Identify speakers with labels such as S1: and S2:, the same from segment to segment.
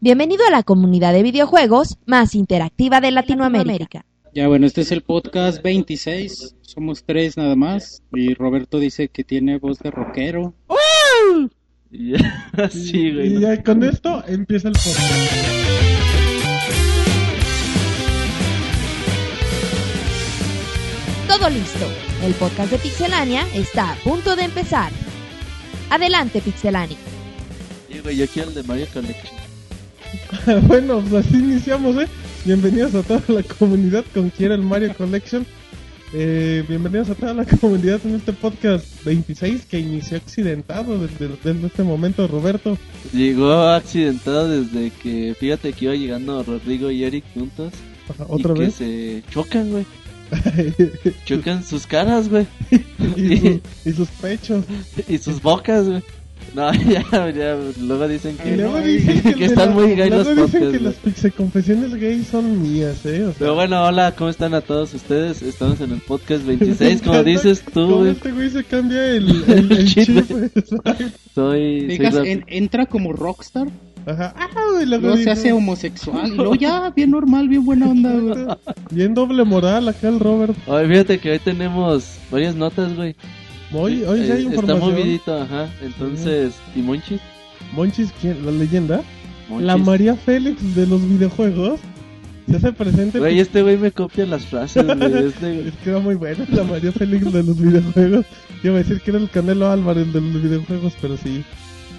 S1: Bienvenido a la comunidad de videojuegos más interactiva de Latinoamérica.
S2: Ya bueno, este es el podcast 26. Somos tres nada más. Y Roberto dice que tiene voz de rockero.
S3: Y- sí, güey.
S4: Y
S3: ¿no?
S4: ya con esto empieza el podcast.
S1: Todo listo. El podcast de Pixelania está a punto de empezar. Adelante, Pixelania.
S3: Sí, güey, yo quiero el de Mario Collection.
S4: bueno, pues así iniciamos, ¿eh? Bienvenidos a toda la comunidad con Quiero el Mario Collection. Eh, bienvenidos a toda la comunidad en este podcast 26 que inició accidentado desde, desde este momento, Roberto.
S3: Llegó accidentado desde que, fíjate que iba llegando Rodrigo y Eric juntos.
S4: Ajá,
S3: y
S4: Otra
S3: que
S4: vez.
S3: se chocan, güey. Chocan sus caras, güey.
S4: y, sus, y sus pechos.
S3: Y sus bocas, güey. No, ya, ya, luego dicen
S4: Y
S3: que...
S4: luego
S2: no,
S3: que
S4: dicen que, el de
S3: están
S4: la-
S3: muy gay los
S4: luego dicen
S3: podcasts,
S4: que las pixeconfesiones gays son mías, ¿eh? O sea,
S3: Pero bueno, hola, ¿cómo están a todos ustedes? Estamos en el podcast 26, como
S4: Me encanta
S3: dices tú,
S4: cómo
S3: güey.
S4: este güey se cambia el, el, el
S3: Chip.
S4: chip. exacto.
S3: Soy... soy
S2: Digas,
S3: Rod-
S2: en- entra como rockstar,
S4: Ajá. Ah, y luego
S2: luego se
S4: dice-
S2: hace homosexual, y luego ya, bien normal, bien buena onda, güey.
S4: Bien doble moral acá el Robert.
S3: Oye, fíjate que hoy tenemos varias notas, güey.
S4: Hoy, hoy sí
S3: Eh,
S4: hay
S3: Está
S4: información.
S3: movidito, ajá. Entonces, ¿y Monchis?
S4: Monchis, ¿quién? ¿La leyenda?
S3: Monchis.
S4: La María Félix de los videojuegos. Se hace presente.
S3: Güey, este güey me copia las frases, güey. Este, güey.
S4: Es que era muy buena la María Félix de los videojuegos. Yo iba a decir que era el Canelo Álvarez de los videojuegos, pero sí.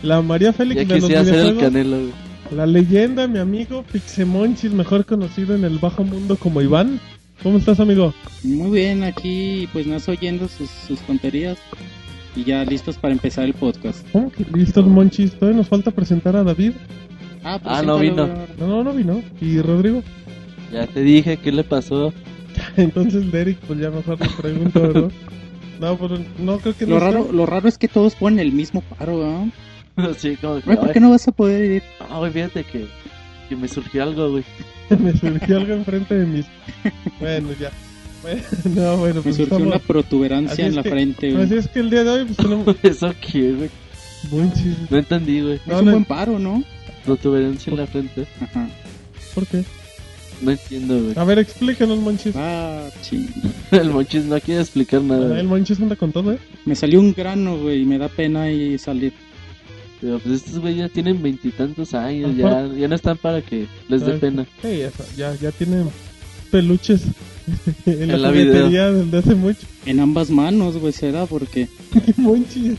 S4: La María Félix
S3: Ya
S4: de los
S3: quisiera hacer el
S4: videojuegos.
S3: canelo, güey.
S4: La leyenda, mi amigo Pixemonchis, mejor conocido en el bajo mundo como Iván. ¿Cómo estás, amigo?
S2: Muy bien, aquí pues nos oyendo sus, sus tonterías. Y ya listos para empezar el podcast.
S4: ¿Cómo que listos, Monchis? Todavía nos falta presentar a David.
S2: Ah,
S3: Ah,
S2: siéntalo,
S3: no vino.
S2: güey.
S4: No, no, no vino. ¿Y Rodrigo?
S3: Ya te dije, ¿qué le pasó?
S4: Entonces Derek, pues ya mejor le pregunto, ¿verdad? No, pero no creo que
S2: Lo
S4: no
S2: raro, lo raro es que todos ponen el mismo paro, ¿verdad?
S3: Así como que,
S2: Güey, ¿por
S3: ay,
S2: qué no vas a poder ir?
S3: no, güey, fíjate que, que me surgió algo, güey.
S4: sea- me surgió algo enfrente de mis... Bueno, ya. Bueno, no, bueno,
S2: Me
S4: pues
S2: surgió
S4: estamos...
S2: una
S4: Así
S2: protuberancia en
S4: es
S2: la
S4: que- pues,
S2: frente, güey.
S4: Así es que el día de hoy pues tenemos
S3: ¿Eso qué, güey?
S4: buen chisme.
S3: No entendí, güey.
S2: Es
S4: No,
S2: un
S4: no-
S2: buen paro, ¿no?
S3: Protuberancia en la frente.
S2: Ajá.
S4: ¿Por qué?
S3: No entiendo, güey.
S4: A ver, explícanos, Monchis.
S2: Ah, ching.
S3: El Monchis no quiere explicar
S2: Ah,
S3: nada,
S4: El
S3: güey.
S4: Monchis anda con todo, ¿eh?
S2: Me salió un grano, güey, y me da pena y salir.
S3: Pero pues estos güey ya tienen veintitantos años, ya, ya no están para que les dé
S4: Ay,
S3: pena.
S4: Ah, Sí, eso, ya, ya tienen peluches este, en la,
S3: En la
S4: juguetería desde hace mucho.
S2: En ambas manos, güey, será porque
S4: Monchis,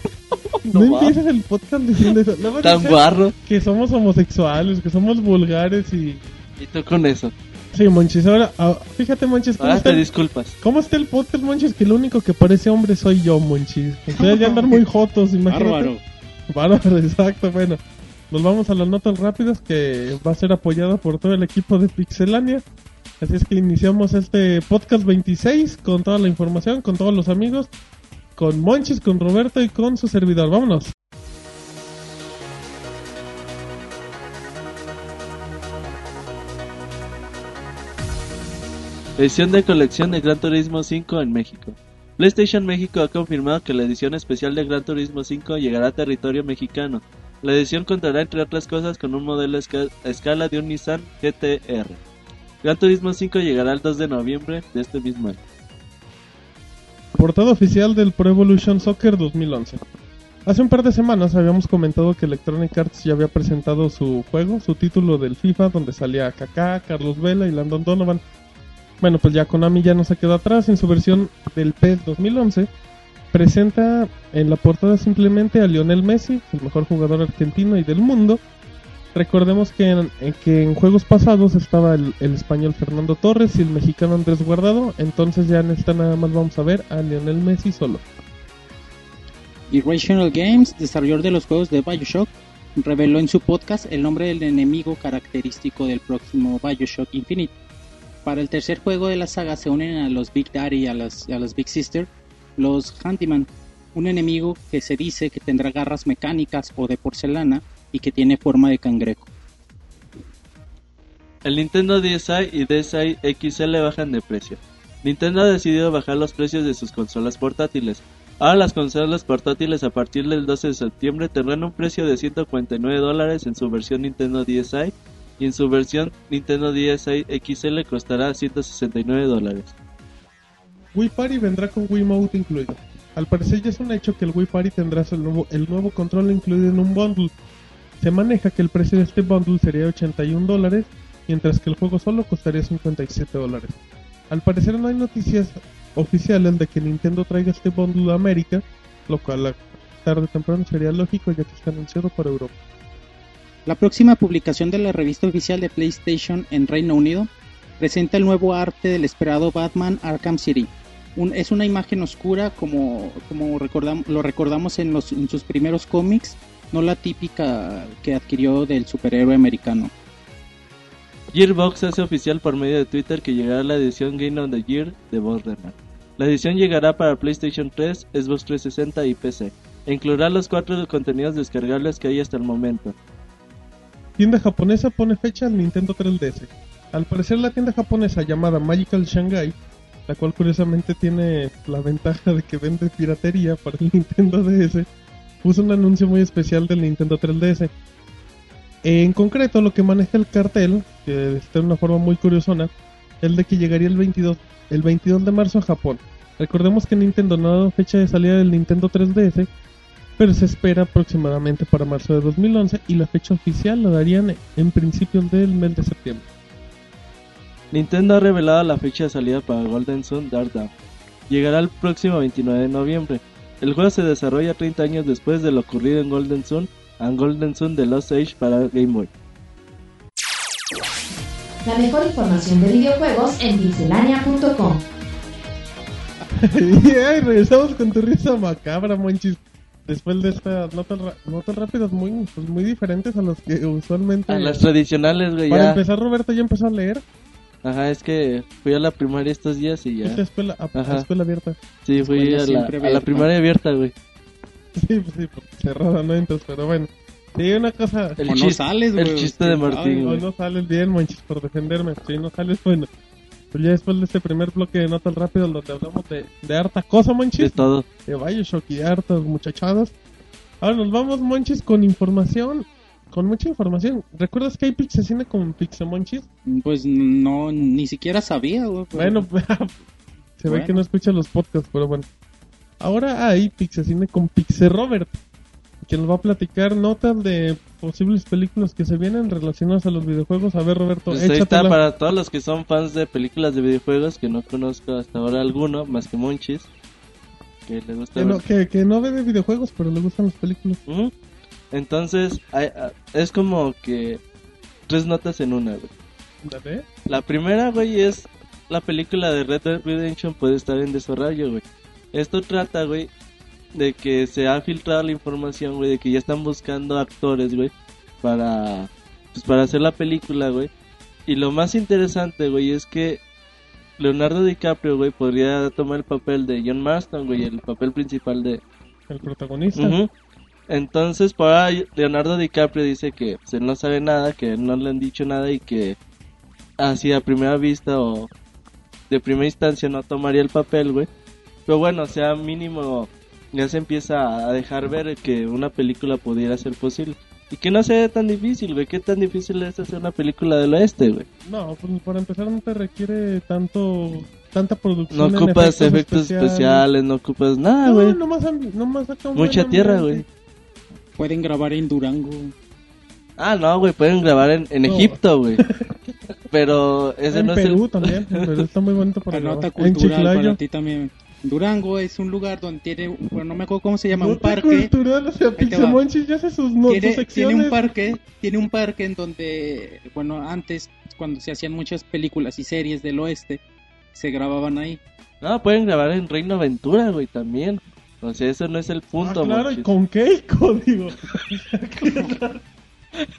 S4: no,
S3: No va.
S4: empieces el podcast diciendo eso. Luego
S3: Tan
S4: dices
S3: guarro.
S4: que somos homosexuales, que somos vulgares y...
S3: Y tú con eso.
S4: Sí, Monchis, ahora, ah, fíjate, Monchis, ¿cómo,
S3: Ahora
S4: está
S3: te
S4: el,
S3: disculpas.
S4: cómo está el podcast, Monchis? Que lo único que parece hombre soy yo, Monchis. Ustedes ya andan muy jotos, imagínate.
S2: bárbaro.
S4: Bárbaro, exacto, bueno. Nos vamos a las notas rápidas que va a ser apoyada por todo el equipo de Pixelania. Así es que iniciamos este podcast 26 con toda la información, con todos los amigos, con Monchis, con Roberto y con su servidor. Vámonos.
S3: Edición de colección de Gran Turismo 5 en México. PlayStation México ha confirmado que la edición especial de Gran Turismo 5 llegará a territorio mexicano. La edición contará, entre otras cosas, con un modelo a esca- a escala de un Nissan GTR. Gran Turismo 5 llegará el 2 de noviembre de este mismo año.
S4: Portada oficial del Pro Evolution Soccer 2011. Hace un par de semanas habíamos comentado que Electronic Arts ya había presentado su juego, su título del FIFA, donde salía Kaká, Carlos Vela y Landon Donovan. Bueno, pues ya Konami ya no se quedó atrás en su versión del E PES 2011. Presenta en la portada simplemente a Lionel Messi, el mejor jugador argentino y del mundo. Recordemos que en, en que en juegos pasados estaba el, el español Fernando Torres y el mexicano Andrés Guardado, entonces ya en esta nada más vamos a ver a Lionel Messi solo.
S2: Irrational Games, desarrollador de los juegos de Bioshock, reveló en su podcast el nombre del enemigo característico del próximo Bioshock Infinite. Para el tercer juego de la saga se unen a los Big Daddy y a las, a las Big Sister, los Handyman, un enemigo que se dice que tendrá garras mecánicas o de porcelana y que tiene forma de cangrejo.
S3: El Nintendo DSi y DSi XL bajan de precio. Nintendo ha decidido bajar los precios de sus consolas portátiles. Ahora las consolas portátiles a partir del 12 de septiembre tendrán un precio de 149 dólares en su versión Nintendo DSi y en su versión Nintendo 10 XL costará 169 dólares.
S4: Wii Party vendrá con Wiimote incluido. Al parecer ya es un hecho que el Wii Party tendrá el nuevo, el nuevo control incluido en un bundle. Se maneja que el precio de este bundle sería 81 dólares, mientras que el juego solo costaría 57 dólares. Al parecer no hay noticias oficiales de que Nintendo traiga este bundle a América, lo cual a- tarde o temprano sería lógico ya que está anunciado para Europa.
S2: La próxima publicación de la revista oficial de PlayStation en Reino Unido presenta el nuevo arte del esperado Batman Arkham City. Un- es una imagen oscura como, como recordam- lo recordamos en, los, en sus primeros cómics, no la típica que adquirió del superhéroe americano.
S3: Gearbox hace oficial por medio de Twitter que llegará la edición Game on the Gear de Borderlands. La edición llegará para PlayStation 3, Xbox 360 y PC. e incluirá los cuatro contenidos descargables que hay hasta el momento.
S4: Tienda japonesa pone fecha al Nintendo 3DS. Al parecer la tienda japonesa llamada Magical Shanghai, la cual curiosamente tiene la ventaja de que vende piratería para el Nintendo DS, puso un anuncio muy especial del Nintendo 3DS. En concreto lo que maneja el cartel, que está de una forma muy curiosona, es de que llegaría el 22, el 22 de marzo a Japón. Recordemos que Nintendo no ha dado fecha de salida del Nintendo 3DS, pero se espera aproximadamente para marzo de 2011 y la fecha oficial la darían en principios del mes de septiembre.
S3: Nintendo ha revelado la fecha de salida para Golden Sun Dark Dawn. Llegará el próximo 29 de noviembre. El juego se desarrolla 30 años después de lo ocurrido en Golden Sun and Golden Sun The Lost Age para Game Boy.
S1: La mejor información de videojuegos en pixelania.com.
S4: y ahí regresamos con tu risa macabra, monchis. Después de estas notas, ra- notas rápidas muy, pues, muy diferentes a las que usualmente...
S3: A las tradicionales, güey,
S4: Para
S3: ya.
S4: empezar, Roberto ya empezó a leer.
S3: Ajá, es que fui a la primaria estos días y
S4: Fuiste a
S3: ya.
S4: escuela, a- a
S3: Ajá.
S4: escuela abierta.
S3: Sí, fui
S2: Escuela
S3: a la,
S2: siempre
S3: a la
S2: abierta.
S3: primaria abierta, güey.
S4: Sí, pues sí, porque cerrada no entras, pero bueno. Sí, una cosa...
S3: El
S2: O no
S3: chiste-
S2: sales,
S3: el
S2: güey,
S3: chiste de
S2: quién sabe,
S3: Martín,
S2: güey.
S4: Hoy no sales bien, monchis, por defenderme. Si no sales, bueno. Pues ya después de este primer bloque de notas rápidas donde hablamos de, de harta cosa,
S3: de
S4: monchis.
S3: todo.
S4: de Bioshock y hartas muchachadas. Ahora nos vamos, Monchis, con información. Con mucha información. ¿Recuerdas que hay Pixesina con Pixemonchis?
S2: Pues no, ni siquiera sabía, güey. pues, pero-
S4: Bueno, se ve
S2: Bueno.
S4: que no escucha los podcasts, pero bueno. Ahora hay Pixesina con Pixe Robert, que nos va a platicar notas de posibles películas que se vienen relacionadas a los videojuegos. A ver, Roberto,
S3: Pues ahí está
S4: échatela.
S3: para todos los que son fans de películas de videojuegos que no conozco hasta ahora alguno, más que Monchis. Que le gusta
S4: Que, no,
S3: ver.
S4: que, que no ve de videojuegos, pero le gustan las películas.
S3: Ujú. Entonces, hay- a- es como que tres notas en una, güey.
S4: Ándale.
S3: La primera, güey, es la película de Red Dead Redemption puede estar en desarrollo, güey. Esto trata, güey, de que se ha filtrado la información, güey, de que ya están buscando actores, güey, para pues, para hacer la película, güey. Y lo más interesante, güey, es que Leonardo DiCaprio, güey, podría tomar el papel de John Marston, güey, el papel principal de,
S4: El protagonista.
S3: Ujú. Entonces, para Leonardo DiCaprio dice que se no sabe nada, que no le han dicho nada y que así a primera vista o de primera instancia no tomaría el papel, güey. Pero bueno, o sea, mínimo ya se empieza a dejar ver que una película pudiera ser posible. Y que no sea tan difícil, güey. ¿Qué tan difícil es hacer una película del oeste, güey?
S4: No, pues para empezar no te requiere tanto tanta producción.
S3: No
S4: en
S3: ocupas efectos especiales, no ocupas nada, güey.
S4: no, nomás, ambi- nomás saca un
S3: Mucha
S4: buen
S3: tierra,
S4: ambiente.
S2: Pueden grabar en Durango.
S3: Ah, no, güey, pueden grabar en, en
S4: No.
S3: Egipto, güey. Pero ese
S4: en
S3: no es el-
S4: Perú también. En Perú está muy bonito para
S2: La nota
S4: grabar. En
S2: cultural
S4: Chiclayo.
S2: para ti también. Durango es un lugar donde tiene, bueno, no me acuerdo cómo se llama, un
S4: Nota
S2: parque.
S4: cultural, o sea,
S2: va.
S4: Pixemonchis ya hace sus, no, sus
S2: tiene,
S4: secciones.
S2: tiene un parque, tiene un parque en donde, bueno, antes cuando se hacían muchas películas y series del oeste, se grababan ahí.
S3: No, pueden grabar en Reino Aventura, güey, también. O sea, eso no es el
S4: Ah,
S3: punto,
S4: claro,
S3: Monchis.
S4: y con Keiko, digo.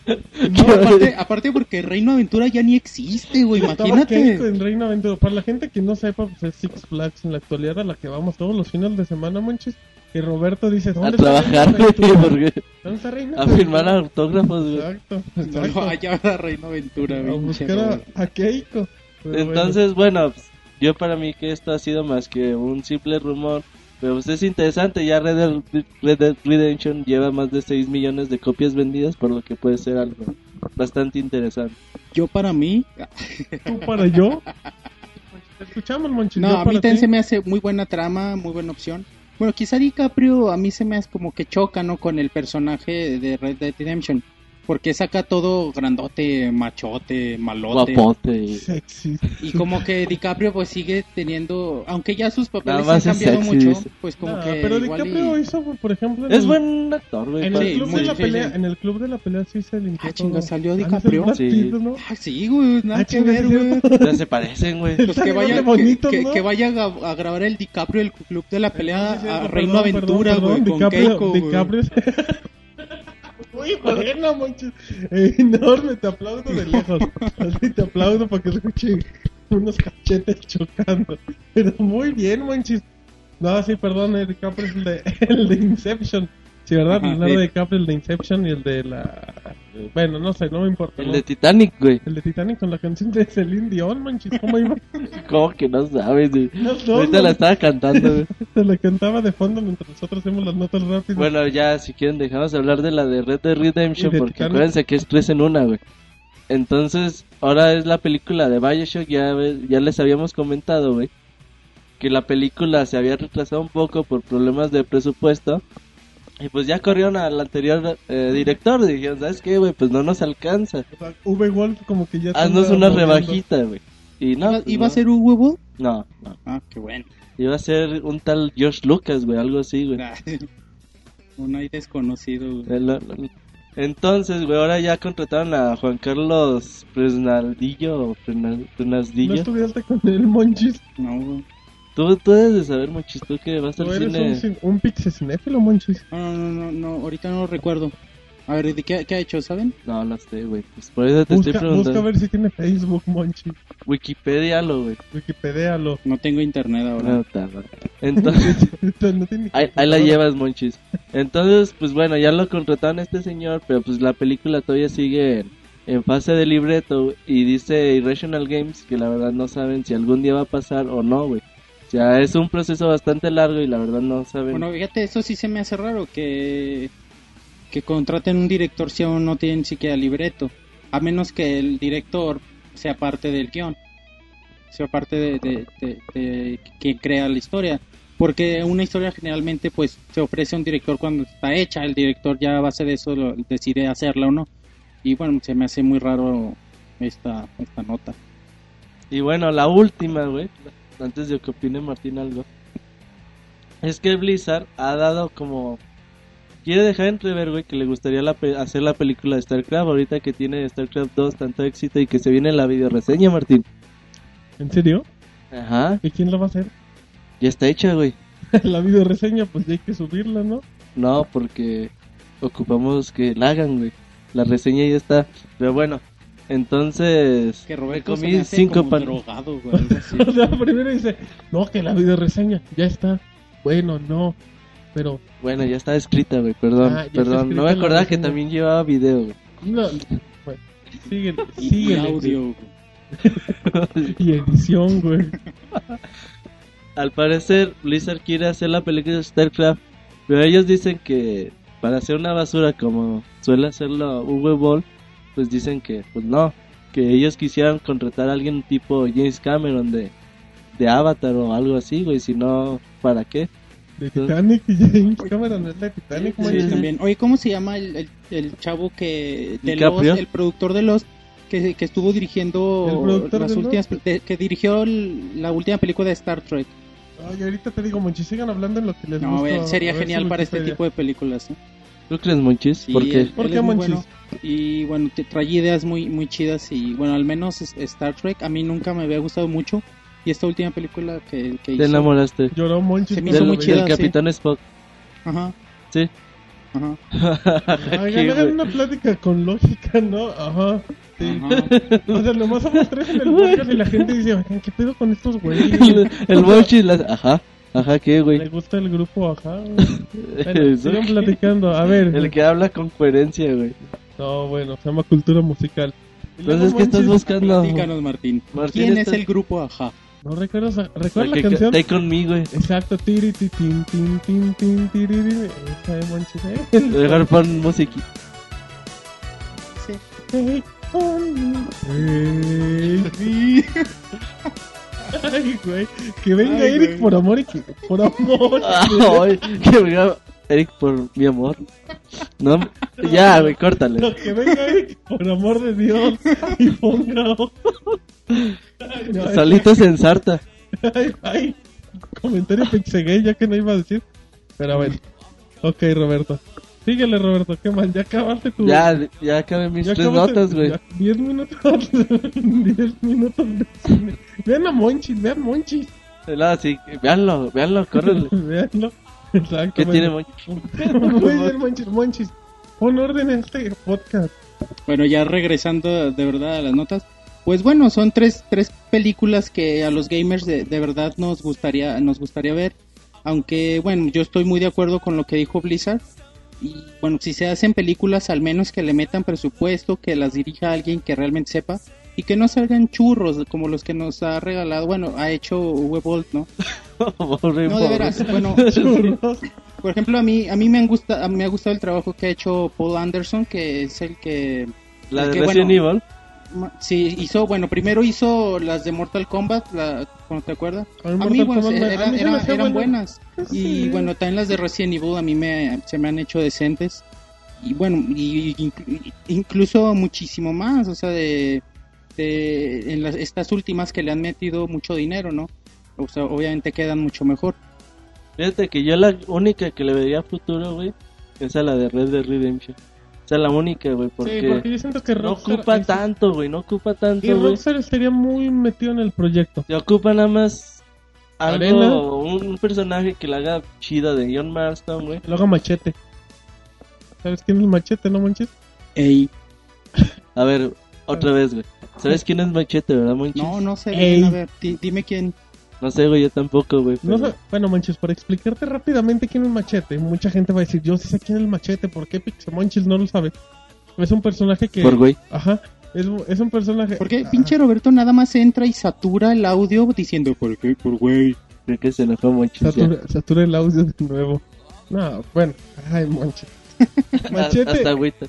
S2: No, aparte, aparte porque Reino Aventura ya ni existe, güey,
S4: Estaba Keiko
S2: imagínate.
S4: en Reino Aventura. Para la gente que no sepa, pues es Six Flags en la actualidad a la que vamos todos los fines de semana, monchis. Y Roberto dice,
S3: A
S4: ¿dónde está Reino
S3: trabajar, güey,
S4: Aventura?
S3: porque-
S4: ¿Dónde está Reino
S3: a
S4: Aventura?
S3: firmar autógrafos, güey.
S4: Exacto,
S2: No,
S4: exacto.
S2: allá va Reino Aventura,
S4: a
S2: güey,
S4: buscar
S2: chero,
S4: a-
S2: güey.
S4: a, Keiko. Pero
S3: Entonces, bueno, pues, yo para mí que esto ha sido más que un simple rumor. Pero pues es interesante, ya Red Dead, Red Dead Redemption lleva más de 6 millones de copias vendidas, por lo que puede ser algo bastante interesante.
S2: Yo para mí,
S4: ¿Tú para yo? Te escuchamos, Monchi.
S2: no,
S4: yo
S2: a
S4: para
S2: mí también
S4: ti.
S2: se me hace muy buena trama, muy buena opción. Bueno, quizá DiCaprio a mí se me hace como que choca, ¿no? Con el personaje de Red Dead Redemption. Porque saca todo grandote, machote, malote.
S3: Guapote. y-
S4: Sexy.
S2: Y como que DiCaprio pues sigue teniendo, aunque ya sus papeles
S3: Nada más
S2: han
S3: es
S2: cambiado
S3: sexy,
S2: mucho,
S3: dice.
S2: pues como
S4: Nah,
S2: que
S4: Ah, pero
S2: igual
S4: DiCaprio
S2: y-
S4: hizo, por ejemplo. en
S3: Es
S4: el-
S3: buen actor, güey.
S4: En
S3: para-
S4: el,
S2: Sí,
S4: club
S2: muy-
S4: de la
S2: sí,
S4: pelea,
S2: sí.
S4: en el club de la pelea sí se limpió.
S2: Ah, chinga,
S4: todo.
S2: salió
S4: Ah, no,
S2: DiCaprio.
S4: es Brad Pitt,
S3: Sí.
S4: ¿no?
S2: Ay, sí, güey, nada
S4: Ah,
S2: que
S4: chinga,
S2: ver,
S4: sí,
S2: güey.
S4: cierto.
S3: Ya se parecen, güey.
S2: Pues que
S4: Está
S2: vaya,
S4: igual de bonito,
S2: que, que-
S4: ¿no?
S2: que vaya a, a grabar el DiCaprio el club de la pelea
S4: Sí, sí,
S2: a
S4: perdón,
S2: Reino
S4: perdón,
S2: Aventura,
S4: perdón,
S2: güey, con
S4: DiCaprio,
S2: Keiko, güey.
S4: DiCaprio es- Uy, bueno, Monchi. Eh, Enorme, te aplaudo de lejos. Así te aplaudo para que escuche unos cachetes chocando. Pero muy bien, Monchi. No, sí, perdón, el DiCaprio es el de, el de Inception. Sí, ¿verdad?
S2: Ajá,
S4: Leonardo
S2: sí.
S4: DiCaprio, el de Inception y el de la... Bueno, no sé, no me importa.
S3: El
S4: ¿no?
S3: de Titanic, güey.
S4: El de Titanic con la canción de Celine Dion, manches, ¿cómo iba?
S3: ¿Cómo que no sabes, güey?
S4: No, no,
S3: Ahorita
S4: no.
S3: la estaba cantando, güey.
S4: Se la cantaba de fondo mientras nosotros hacemos las notas rápidas.
S3: Bueno, ya, si quieren, dejamos de hablar de la de Red Dead Redemption,
S4: Y de
S3: porque
S4: Titanic.
S3: acuérdense que es tres en una, güey. Entonces, ahora es la película de Bioshock, ya, ve- ya les habíamos comentado, güey, que la película se había retrasado un poco por problemas de presupuesto. Y pues ya corrieron al anterior eh, director, y dijeron, ¿sabes qué, güey? Pues no nos alcanza.
S4: O sea, V-Wolf como que ya... se
S3: Haznos
S4: anda
S3: Ah, una
S4: moviendo.
S3: rebajita, güey. Y no,
S2: ¿Iba,
S3: pues,
S2: iba a
S3: no.
S2: ser un huevo?
S3: No, no.
S2: Ah, qué bueno.
S3: Iba a ser un tal Josh Lucas, güey, algo así, güey.
S2: Un ahí desconocido, güey.
S3: El- el- Entonces, güey, ahora ya contrataron a Juan Carlos Fresnaldillo. o Frenal-
S4: No
S3: Fresnaldillo.
S4: estudiaste con él, Monchis.
S2: No, güey.
S3: tú, tú debes de saber, muchis, tú que vas
S4: ¿Tú
S3: al
S4: eres un,
S3: cine.
S4: cin- un pixe cinéfilo, Monchis?
S2: No, no, no, no, no, ahorita no lo recuerdo. A ver, ¿de qué, qué ha hecho, saben?
S3: No, no sé, güey. Pues por eso te estoy
S4: Busca, busca
S3: preguntando.
S4: a ver si tiene Facebook, Monchis.
S3: Wikipedia, lo, güey.
S4: Wikipedialo.
S2: No tengo internet ahora.
S3: No, tarda. Entonces,
S4: no tiene...
S3: ahí, ahí la llevas, Monchis. Entonces, pues bueno, ya lo contrataron a este señor, pero pues la película todavía sigue en, en fase de libreto. güey, Y dice Irrational Games que la verdad no saben si algún día va a pasar o no, güey. O sea, es un proceso bastante largo y la verdad no saben.
S2: Bueno, fíjate, eso sí se me hace raro que, que contraten un director si aún no tienen siquiera libreto. A menos que el director sea parte del guión, sea parte de, de- de- de quien crea la historia. Porque una historia generalmente pues se ofrece a un director cuando está hecha, el director ya a base de eso lo- decide hacerla o no. Y bueno, se me hace muy raro esta, esta nota.
S3: Y bueno, la última, güey, antes de que opine Martín algo, es que Blizzard ha dado como... Quiere dejar entrever, güey, que le gustaría la pe- hacer la película de StarCraft ahorita que tiene StarCraft 2 tanto éxito y que se viene la videoreseña, Martín.
S4: ¿En serio?
S3: Ajá,
S4: ¿Y quién la va a hacer?
S3: ya está hecha, güey.
S4: la videoreseña, pues ya hay que subirla, ¿no?
S3: No, porque ocupamos que la hagan, güey. La reseña ya está. Pero bueno, entonces...
S2: Que
S3: me
S2: Roberto se me
S3: comí
S2: hace
S3: cinco
S2: como
S3: pan...
S2: drogado, güey, algo así.
S4: O sea, primero dice, no, que la videoreseña, ya está. Bueno, no, pero...
S3: Bueno, ya está escrita, güey, perdón,
S4: Ah, ya está
S3: perdón. No
S4: escrita
S3: me
S4: la
S3: acordaba que
S4: reseña.
S3: también llevaba video, güey.
S4: No, bueno, síguele,
S2: Y
S4: síguele,
S2: audio, güey.
S4: Y edición, güey.
S3: Al parecer, Blizzard quiere hacer la película de StarCraft, pero ellos dicen que para hacer una basura como suele hacerlo Uwe Ball, pues dicen que pues no, que ellos quisieran contratar a alguien tipo James Cameron de, de Avatar o algo así, güey, si no, ¿para qué?
S4: De Titanic y James Cameron es de Titanic,
S2: Sí,
S4: güey.
S3: sí.
S2: también. Oye, ¿cómo se llama el, el- el chavo que de
S3: DiCaprio?
S2: Lost, el productor de Lost que, que estuvo
S4: ¿El
S2: dirigiendo
S4: productor
S2: las
S4: de
S2: últimas de- que dirigió el- la última película de Star Trek?
S4: Ay, ahorita te digo, Monchi, sigan hablando en lo que les
S2: No,
S4: gusta.
S2: él sería
S4: A ver si
S2: genial para este
S4: Wikipedia.
S2: tipo de películas. ¿eh?
S3: ¿Tú crees, Monchis?
S2: Sí,
S3: Porque
S2: él-
S4: ¿Por
S2: él
S4: qué,
S2: es muy
S4: Monchis?
S2: bueno. Y bueno, te trae ideas muy muy chidas y bueno, al menos es- Star Trek a mí nunca me había gustado mucho y esta última película que, que
S3: te
S2: hizo
S3: enamoraste
S4: Lloró Monchi.
S2: Se me
S4: cuando
S2: hizo
S3: del,
S4: lo
S2: muy
S4: vi.
S2: chida,
S3: del
S2: sí.
S3: Capitán Spock.
S2: Ajá.
S3: Sí.
S2: Ajá.
S4: Ay,
S3: Sí,
S4: hagan
S3: güey.
S4: una plática con lógica, ¿no? Ajá. Sí.
S2: Ajá.
S4: O sea, nomás somos tres en el podcast y la gente dice, oigan, ¿qué pedo con estos güeyes?
S3: el el Monchis, las... ajá, ajá, ¿qué,
S4: Le
S3: güey?
S4: gusta el grupo, ajá. güey. Bueno,
S3: Eso,
S4: sigan
S3: ¿qué?
S4: platicando, a ver.
S3: El que habla con coherencia, güey.
S4: No, bueno, se llama cultura musical. Y luego,
S3: Entonces, ¿qué estás
S4: Monchis,
S3: buscando?
S2: Platícanos, Martín.
S3: Martín,
S2: ¿Quién
S3: estás-
S2: es el grupo Ajá?
S4: No recuerdas,
S3: El
S4: ¿recuerdas
S3: que
S4: la canción?
S3: está conmigo, güey.
S4: Exacto, tiri, ti, tin, tin, tin, tin, tiriri. Esa es Monchis, ¿eh?
S3: Dejar pon musiquita.
S2: Sí.
S4: Take on me, baby. Ay, güey. Que venga
S2: Ay,
S4: Eric
S2: güey.
S4: por amor y que- por amor.
S3: Ay, que venga Eric por mi amor. No, ya, güey, córtale.
S4: No, que venga Eric por amor de Dios y ponga ojo. Ay, no, ay,
S3: Solito se ensarta.
S4: ay, ay. Comentario pixegay ya que no iba a decir. Pero bueno. Ok, Roberto. Síguele, Roberto. Qué mal. Ya acabaste tu.
S3: Ya, ya acabé mis
S4: Ya
S3: tres
S4: acabaste-
S3: notas, güey.
S4: ya, Diez minutos. Diez minutos de cine. Vean a Monchis, vean Monchis.
S3: No, sí, véanlo, véanlo, córrele.
S4: Veanlo. Exacto.
S3: ¿Qué
S4: bueno.
S3: tiene, moño?
S4: Muy bien, Monchis, Monchis. Pon orden en este podcast.
S2: Bueno, ya regresando de verdad a las notas. Pues bueno, son tres, tres películas que a los gamers de, de verdad nos gustaría, nos gustaría ver. Aunque, bueno, yo estoy muy de acuerdo con lo que dijo Blizzard. Y bueno, si se hacen películas, al menos que le metan presupuesto, que las dirija alguien que realmente sepa. Y que no salgan churros como los que nos ha regalado, bueno, ha hecho Webolt, ¿no?
S3: Pobre,
S2: No, de
S3: pobre.
S2: veras, bueno,
S4: Churros.
S2: por ejemplo, a mí, a mí me, han gusta, me ha gustado el trabajo que ha hecho Paul Anderson, que es el que
S3: La de
S2: Que bueno.
S3: Resident Evil.
S2: Sí, hizo, bueno, primero hizo las de Mortal Kombat, la, ¿cómo ¿te acuerdas?
S4: A mí
S2: A mí,
S4: Mortal
S2: bueno,
S4: Kombat
S2: se-
S4: me- a
S2: era-
S4: mí se
S2: era-
S4: me hacía
S2: eran
S4: buena.
S2: buenas.
S4: Sí.
S2: Y bueno, también las de Resident Evil a mí me, se me han hecho decentes. Y bueno, y, inclu- incluso muchísimo más, o sea, de, de- en las, estas últimas que le han metido mucho dinero, ¿no? O sea, obviamente quedan mucho mejor.
S3: Fíjate que yo la única que le vería futuro, güey, es a la de Red Dead Redemption. O sea, la única, güey, porque,
S4: Sí, porque yo siento que
S3: no
S4: Rockstar.
S3: ocupa
S4: es-
S3: tanto, güey, no ocupa
S4: Y
S3: tanto, güey.
S4: Rockstar estaría muy metido en el proyecto.
S3: Se ocupa nada más algo,
S4: Arena.
S3: un personaje que la haga chida de John Marston, güey.
S4: Que Lo haga machete. ¿Sabes quién es machete, no manches?
S2: Ey,
S3: A ver, otra vez, güey. ¿Sabes quién es Machete, verdad, Monchis?
S2: no, no sé,
S4: Ey.
S2: bien, a ver, di- dime quién.
S3: No sé, güey, yo tampoco, güey.
S4: No
S3: pero-
S4: sé- bueno, manches, para explicarte rápidamente quién es Machete, mucha gente va a decir, yo sí sé quién es el Machete, ¿por qué Pixemonchis no lo sabe? Es un personaje que...
S3: Por güey.
S4: Ajá, es, un- es un personaje...
S2: Porque
S4: Ah,
S2: pinche Roberto nada más entra y satura el audio diciendo, ¿por qué? Por güey.
S3: Creo que se enojó Monchis. ya.
S4: Satura, satura el audio de nuevo. No, bueno, ay, Monchis.
S3: A- Hasta
S4: Machete,
S3: agüita.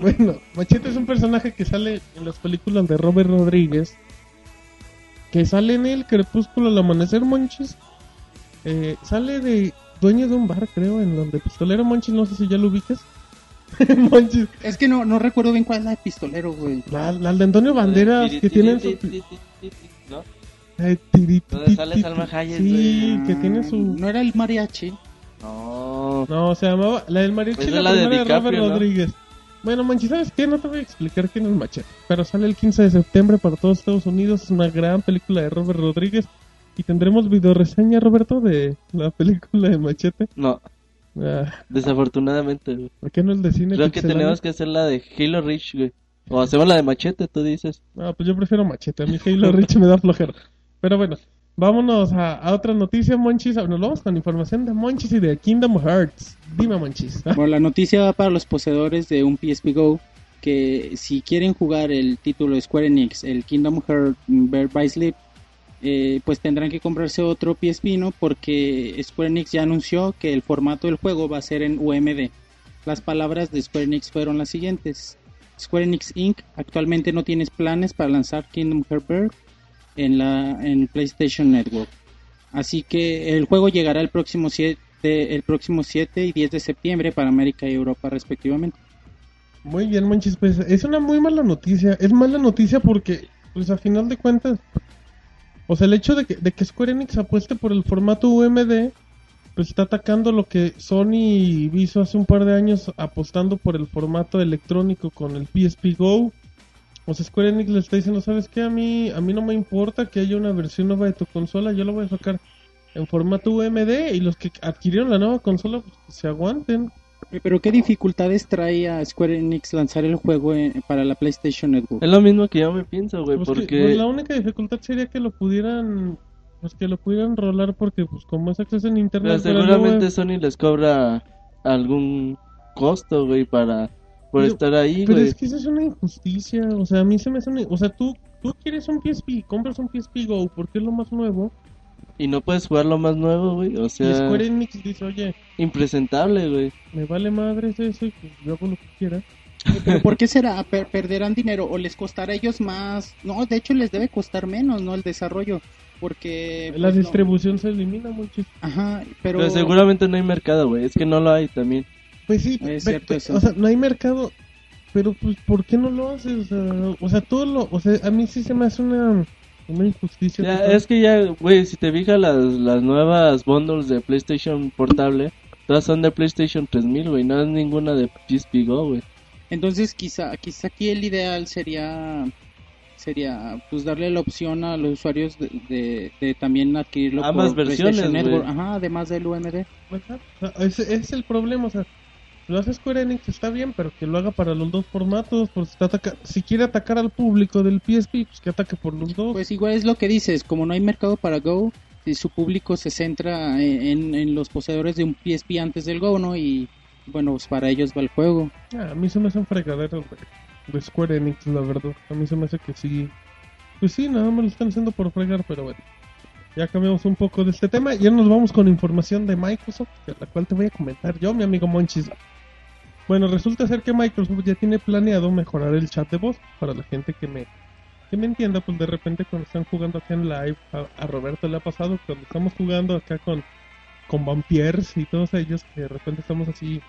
S4: bueno, Machete es un personaje que sale en las películas de Robert Rodríguez, que sale en El Crepúsculo al Amanecer, Monchis. Eh, sale de dueño de un bar, creo, en donde Pistolero Monchis, no sé si ya lo ubicas. Monchis,
S2: Es que no, no recuerdo bien cuál es la de pistolero, güey.
S4: La, la de Antonio Banderas que tienen su...
S3: ¿No?
S4: Ay, tiri,
S3: Donde
S4: tiri,
S3: sale
S4: tiri.
S3: Salma Hayek,
S4: Sí,
S3: güey.
S4: que tiene su...
S2: Mm, No era el mariachi.
S3: No.
S4: No, se llamaba... La del mariachi,
S3: Esa es
S4: la,
S3: la de
S4: primera de,
S3: DiCaprio, ¿no?
S4: Robert Rodríguez. Bueno, manchi, ¿sabes qué? No te voy a explicar quién es Machete. Pero sale el 15 de septiembre para todos Estados Unidos. Es una gran película de Robert Rodríguez. Y tendremos video reseña, Roberto, de la película de Machete.
S3: No,
S4: Ah,
S3: desafortunadamente, güey.
S4: ¿Por qué no el de cine?
S3: Creo que
S4: pixeláneo?
S3: tenemos que hacer la de Halo Reach, güey. O hacemos la de Machete, tú dices.
S4: No, pues yo prefiero machete. A mí Halo Reach me da flojera. Pero bueno, vámonos a, a otra noticia, Monchis. Nos vamos con información de Monchis y de Kingdom Hearts. Dime, Monchis. ¿ah?
S2: Bueno, la noticia va para los poseedores de un PSP Go que si quieren jugar el título de Square Enix, el Kingdom Hearts Bear by Sleep, eh, pues tendrán que comprarse otro PSP, ¿no? Porque Square Enix ya anunció que el formato del juego va a ser en UMD. Las palabras de Square Enix fueron las siguientes. Square Enix Inc. actualmente no tienes planes para lanzar Kingdom Hearts Bear en, la, en PlayStation Network. Así que el juego llegará el próximo 7, el próximo 7 y 10 de septiembre para América y Europa respectivamente.
S4: Muy bien, Monchis. Pues es una muy mala noticia. Es mala noticia porque, pues a final de cuentas, o sea, el hecho de que, de que Square Enix apueste por el formato UMD, pues está atacando lo que Sony hizo hace un par de años apostando por el formato electrónico con el PSP Go. O sea, Square Enix le está diciendo, ¿sabes qué? A mí, a mí no me importa que haya una versión nueva de tu consola, yo la voy a sacar en formato UMD y los que adquirieron la nueva consola pues, que se aguanten.
S2: Eh, Pero ¿qué dificultades trae a Square Enix lanzar el juego eh, para la PlayStation Network?
S3: Es lo mismo que yo me pienso, güey,
S4: Pues que- pues la
S3: porque...
S4: única dificultad sería que lo pudieran pues que lo pudieran rolar porque pues como es acceso en
S3: pero
S4: internet pero
S3: seguramente
S4: no,
S3: Sony les cobra algún costo, güey, para... Por
S4: Yo-
S3: estar ahí,
S4: pero
S3: güey.
S4: es que eso es una injusticia o sea a mí se me hace una, o sea tú tú quieres un PSP compras un PSP Go porque es lo más nuevo
S3: Y no puedes jugar lo más nuevo, güey. O
S4: y e-,
S3: sea,
S4: Square Enix dice oye
S3: impresentable, güey.
S4: me vale madres eso y pues, yo hago lo que quiera
S2: ¿Pero ¿Por qué será? Per- ¿Perderán dinero o les costará a ellos más? No, de hecho les debe costar menos, ¿no? El desarrollo, porque...
S4: La
S2: pues, no.
S4: distribución se elimina mucho.
S2: Ajá, pero...
S3: Pero seguramente no hay mercado, güey. Es que no lo hay también.
S4: Pues sí,
S2: Es
S4: pe-
S2: cierto
S4: pe-
S2: eso.
S4: o sea, no hay mercado, pero pues ¿por qué no lo haces? O sea, o sea, todo lo, o sea, a mí sí se me hace una, una injusticia.
S3: Ya,
S4: total.
S3: es que ya, güey, si te fijas las, las nuevas bundles de PlayStation Portable, todas son de PlayStation 3000, güey. No es ninguna de PSP Go, güey.
S2: Entonces quizá, quizá aquí el ideal sería sería pues darle la opción a los usuarios de, de- de también adquirirlo
S3: Ambas
S2: por PlayStation
S3: versiones, güey.
S2: Network, ajá, además del UMD.
S4: Ajá. O sea, ese, ese es el problema, o sea, lo hace Square Enix está bien, pero que lo haga para los dos formatos, porque está ataca- si quiere atacar al público del PSP, pues que ataque por los dos.
S2: Pues igual es lo que dices, como no hay mercado para Go, si su público se centra en, en los poseedores de un PSP antes del Go, ¿no? Y bueno, pues para ellos va el juego.
S4: Ah, a mí se me hace un fregadero de, de Square Enix, la verdad. A mí se me hace que sí. Pues sí, nada más lo están haciendo por fregar, pero bueno. Ya cambiamos un poco de este tema. Ya nos vamos con información de Microsoft, que- la cual te voy a comentar yo, mi amigo Monchis. Bueno, resulta ser que Microsoft ya tiene planeado mejorar el chat de voz para la gente que me que me entienda, pues de repente cuando están jugando acá en live, a, a Roberto le ha pasado cuando estamos jugando acá con con vampiers y todos ellos que de repente estamos así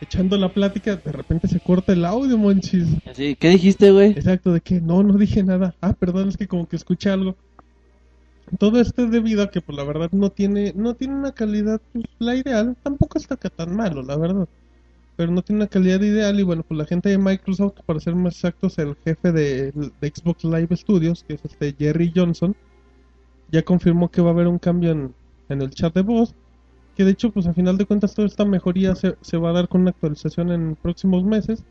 S4: echando la plática, de repente se corta el audio, monchis.
S3: Así, ¿qué dijiste, güey?
S4: Exacto, de que no, no dije nada. Ah, perdón, es que como que escuché algo. Todo esto es debido a que, pues la verdad, no tiene, no tiene una calidad, pues, la ideal. Tampoco está acá tan malo, la verdad. Pero no tiene una calidad ideal. Y bueno, pues la gente de Microsoft, para ser más exactos, el jefe de, de Xbox Live Studios, que es este Jerry Johnson, ya confirmó que va a haber un cambio en, en el chat de voz. Que de hecho, pues a final de cuentas, toda esta mejoría se, se va a dar con una actualización en próximos meses.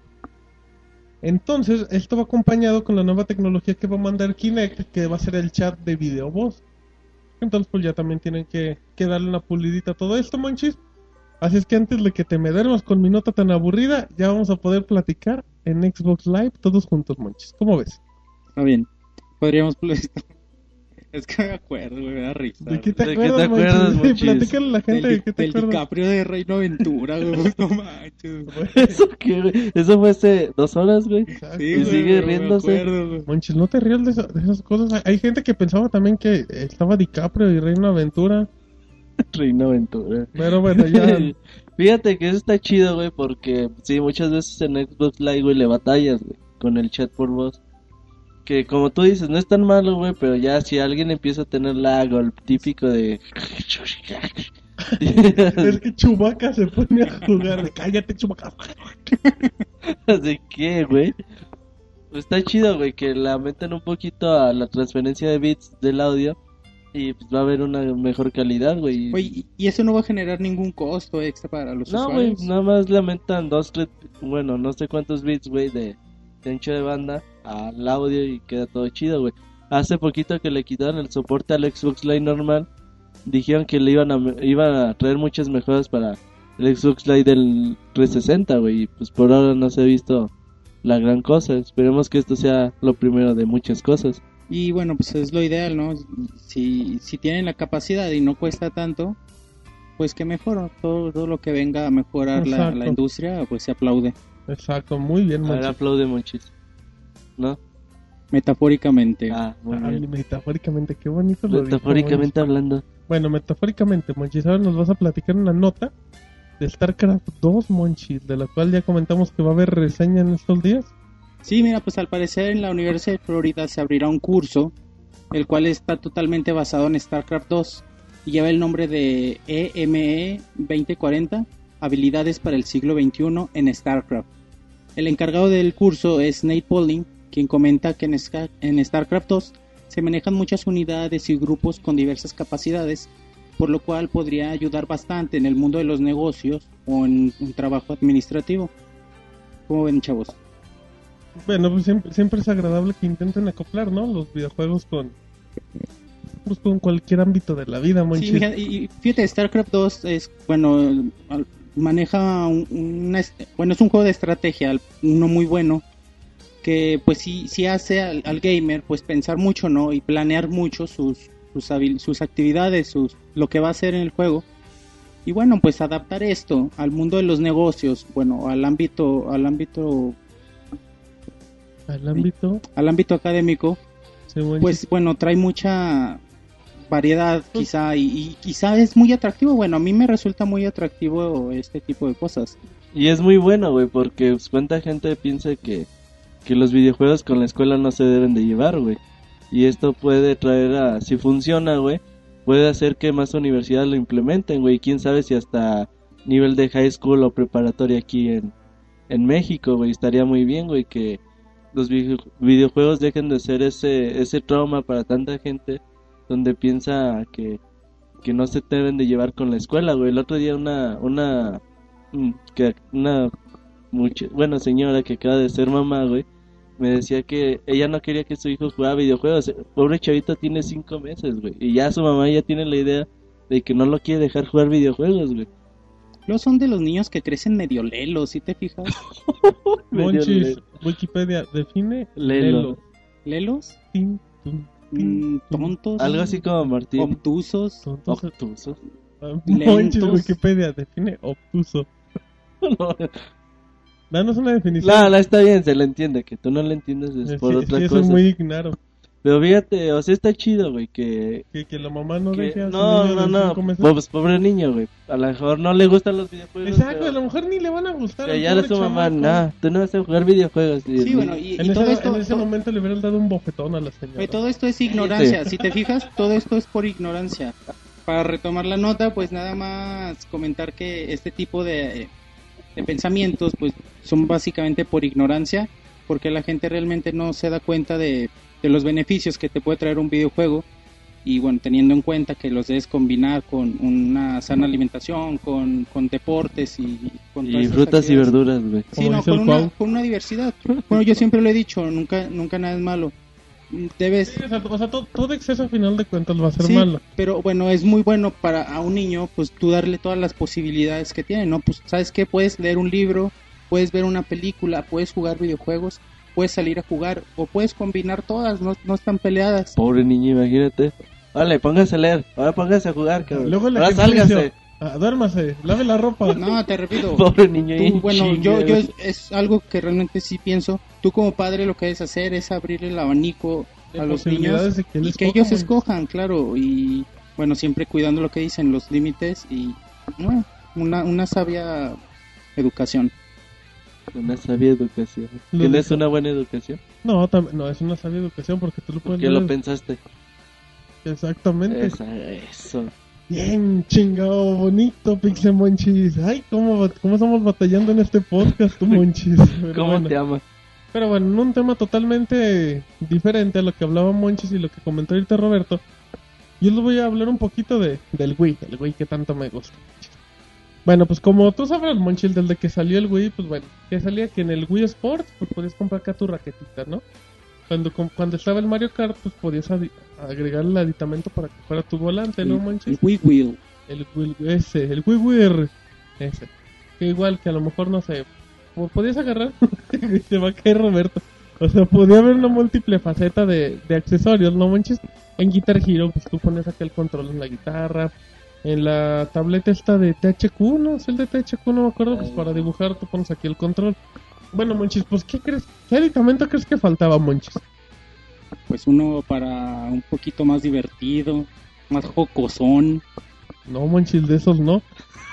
S4: Entonces, esto va acompañado con la nueva tecnología que va a mandar Kinect, que va a ser el chat de video voz. Entonces, pues ya también tienen que, que darle una pulidita a todo esto, monchis. Así es que antes de que te me duermas con mi nota tan aburrida, ya vamos a poder platicar en Xbox Live todos juntos, monchis. ¿Cómo ves?
S2: Está bien. Podríamos... pues, es que me acuerdo, güey, me da risa.
S4: ¿De qué
S3: te
S4: te acuerdas,
S3: acuerdas,
S4: Monchis? Sí,
S3: Monchis?
S4: platícale a la gente
S2: Del,
S4: de qué te
S2: del
S4: acuerdas.
S2: DiCaprio de Reino Aventura, güey, no manches.
S3: ¿Eso qué, güey? Eso fue hace dos horas, güey.
S2: Sí,
S3: Y
S2: güey, me
S3: sigue riéndose.
S2: acuerdo, güey.
S4: Monchis, no te rías de, esa- de esas cosas. Hay- Hay gente que pensaba también que estaba DiCaprio y Reino Aventura.
S3: Reino Aventura.
S4: Pero bueno, ya...
S3: Fíjate que eso está chido, güey, porque sí, muchas veces en Xbox Live, güey, le batallas, güey, con el chat por voz. Que como tú dices, no es tan malo, güey, pero ya si alguien empieza a tener lag o el típico de...
S4: Es que Chubaca se pone a jugar. de, Cállate, Chubaca.
S3: ¿De qué, güey? Pues está chido, güey, que la meten un poquito a la transferencia de bits del audio y pues va a haber una mejor calidad, güey.
S2: Oye, y- y eso no va a generar ningún costo extra para los
S3: No, güey,
S2: usuarios.
S3: nada más le aumentan dos, tres, bueno, no sé cuántos bits, güey, de, de ancho de banda al audio y queda todo chido, güey. Hace poquito que le quitaron el soporte al Xbox Live normal, dijeron que le iban a, me- iban a traer muchas mejoras para el Xbox Live del 360, güey, y pues por ahora no se ha visto la gran cosa. Esperemos que esto sea lo primero de muchas cosas.
S2: Y bueno, pues es lo ideal, ¿no? Si, si tienen la capacidad y no cuesta tanto, pues que mejor. Todo, todo lo que venga a mejorar la,
S4: Exacto.
S2: la industria, pues se aplaude.
S4: Exacto, muy bien,
S3: A ver,
S4: Monchis.
S3: aplaude, Monchis. ¿No?
S2: Metafóricamente.
S3: Ah, muy
S4: Ah,
S3: bien.
S4: metafóricamente, qué bonito lo dijo,
S3: Metafóricamente hablando.
S4: Monchis. Bueno, metafóricamente, Monchis, ahora nos vas a platicar una nota de StarCraft 2, Monchis, de la cual ya comentamos que va a haber reseña en estos días.
S2: Sí, mira, pues al parecer en la Universidad de Florida se abrirá un curso, el cual está totalmente basado en StarCraft 2 y lleva el nombre de E EME 2040, Habilidades para el siglo XXI en StarCraft. El encargado del curso es Nate Pauling, quien comenta que en, Sca- en StarCraft 2 se manejan muchas unidades y grupos con diversas capacidades, por lo cual podría ayudar bastante en el mundo de los negocios o en un trabajo administrativo. ¿Cómo ven, chavos?
S4: Bueno, pues siempre, siempre es agradable que intenten acoplar, ¿no? Los videojuegos con, pues, con cualquier ámbito de la vida,
S2: Sí,
S4: Monchis.
S2: mija, y y fíjate, StarCraft 2 es, bueno, al- maneja un- una, est- bueno, es un juego de estrategia, al- uno muy bueno, que pues sí, sí hace al, al gamer pues pensar mucho, ¿no? Y planear mucho sus, sus, habil- sus actividades, sus, lo que va a hacer en el juego. Y bueno, pues adaptar esto al mundo de los negocios, bueno, al ámbito, al ámbito,
S4: Al ámbito
S2: al ámbito académico,
S4: se vuelve-
S2: pues bueno, trae mucha variedad quizá y, y quizá es muy atractivo. Bueno, a mí me resulta muy atractivo este tipo de cosas.
S3: Y es muy bueno, güey, porque pues, cuánta gente piensa que, que los videojuegos con la escuela no se deben de llevar, güey. Y esto puede traer a, si funciona, güey, puede hacer que más universidades lo implementen, güey. Quién sabe si hasta nivel de high school o preparatoria aquí en, en México, güey. Estaría muy bien, güey, que los vide- videojuegos dejen de ser ese, ese trauma para tanta gente donde piensa que, que no se deben de llevar con la escuela, güey. El otro día una, una Mm, que una mucha, bueno, señora que acaba de ser mamá, güey, me decía que ella no quería que su hijo jugara videojuegos. eh, Pobre chavito tiene cinco meses, güey, y ya su mamá ya tiene la idea de que no lo quiere dejar jugar videojuegos, güey.
S2: Los son de los niños que crecen medio lelos, si te fijas?
S4: Monchis, Wikipedia define
S3: Lelo.
S4: lelo.
S2: ¿Lelos?
S4: Tin, tun,
S2: Mm, ¿Tontos?
S3: Algo así como Martín.
S2: ¿Obtusos?
S4: tun, tun, tun.
S3: Obtuso.
S4: Ah,
S2: lentos.
S4: Monchis, Wikipedia define obtuso. Danos una definición.
S3: No, no, está bien, se le entiende. Que tú no le entiendes es
S4: Sí,
S3: por
S4: sí,
S3: otra
S4: sí,
S3: cosa.
S4: soy muy ignaro.
S3: Pero fíjate, o sea, está chido, güey, que
S4: Que, que la mamá no
S3: que-
S4: deje a su
S3: No,
S4: niño
S3: no,
S4: de
S3: no.
S4: cinco meses.
S3: Pues, pobre niño, güey. A lo mejor no le gustan los videojuegos.
S4: Exacto,
S3: pero-
S4: a lo mejor ni le van a gustar.
S3: Que
S4: al
S3: ya era
S4: pobre
S3: su mamá,
S4: chamaco.
S3: nada, tú no vas a jugar videojuegos. Y-
S2: Sí, bueno, y, y
S4: En ese,
S2: todo esto...
S4: en ese
S2: to-
S4: momento le hubieran dado un bofetón a la señora.
S2: Oye, Eh, todo esto es ignorancia. Si te fijas, todo esto es por ignorancia. Para retomar la nota, pues nada más comentar que este tipo de, de pensamientos pues son básicamente por ignorancia, porque la gente realmente no se da cuenta de, de los beneficios que te puede traer un videojuego. Y bueno, teniendo en cuenta que los debes combinar con una sana alimentación, con, con deportes y con todas
S3: Y
S2: esas
S3: frutas y
S2: actividades.
S3: verduras, güey.
S2: Sí,
S4: Como
S2: no,
S4: dice
S2: con
S4: el
S2: una,
S4: Cuau.
S2: con una diversidad. Bueno, yo siempre lo he dicho, nunca, nunca nada es malo. Debes,
S4: Sí, o sea, o sea, todo, todo exceso a final de cuentas va a ser
S2: Sí,
S4: malo.
S2: pero bueno, es muy bueno para a un niño, pues tú darle todas las posibilidades que tiene, ¿no? Pues sabes que puedes leer un libro, puedes ver una película, puedes jugar videojuegos, puedes salir a jugar o puedes combinar todas, no, no están peleadas.
S3: Pobre niño, imagínate. Vale, póngase a leer, ahora póngase a jugar, cabrón.
S4: Luego el
S3: ahora
S4: ejercicio.
S3: sálgase.
S4: Ah, duérmase, lave la ropa.
S2: No, te repito.
S3: Pobre niño.
S2: tú,
S3: en
S2: bueno,
S3: chinga,
S2: yo, yo
S3: güey.
S2: es, es algo que realmente sí pienso. Tú como padre lo que debes hacer es abrir el abanico
S4: De
S2: a los niños
S4: posibilidades de que él
S2: y que
S4: escoja,
S2: ellos
S4: güey.
S2: escojan, claro. Y bueno, siempre cuidando lo que dicen, los límites y bueno, una, una sabia educación.
S3: Una sabia educación.
S4: Lo Pues
S3: ¿Tienes
S4: dijo.
S3: una buena educación?
S4: No, tam- no, es una sabia educación porque tú lo puedes
S3: Porque lo
S4: leer.
S3: pensaste.
S4: Exactamente.
S3: Esa- eso.
S4: Bien, chingado, bonito, Pixel Monchis. Ay, cómo, bat- cómo estamos batallando en este podcast, tú, Monchis. Pero
S3: ¿Cómo
S4: bueno.
S3: te ama?
S4: Pero bueno, en un tema totalmente diferente a lo que hablaba Monchis y lo que comentó ahorita Roberto, yo les voy a hablar un poquito de, del Wii, el Wii que tanto me gusta. Bueno, pues como tú sabrás, Monchis, desde que salió el Wii, pues bueno, que salía que en el Wii Sport, pues podías comprar acá tu raquetita, ¿no? Cuando, com- cuando estaba el Mario Kart, pues podías adi- agregar el aditamento para que fuera tu volante, ¿no, Monchis?
S2: El Wii Wheel.
S4: El Will- ese, el Wiwir. Ese. Que igual que a lo mejor no sé. Como podías agarrar. se va a caer Roberto. O sea, podía haber una múltiple faceta de, de accesorios, ¿no manches? En Guitar Hero, pues tú pones aquel control en la guitarra. En la tableta esta de THQ, ¿no? Es el de THQ, no me acuerdo. Pues
S3: Ay.
S4: para dibujar tú pones aquí el control. Bueno, Monchis, pues ¿qué crees? ¿Qué aditamento crees que faltaba, Monchis?
S2: Pues uno para un poquito más divertido, más jocosón.
S4: No, Monchis, de esos no.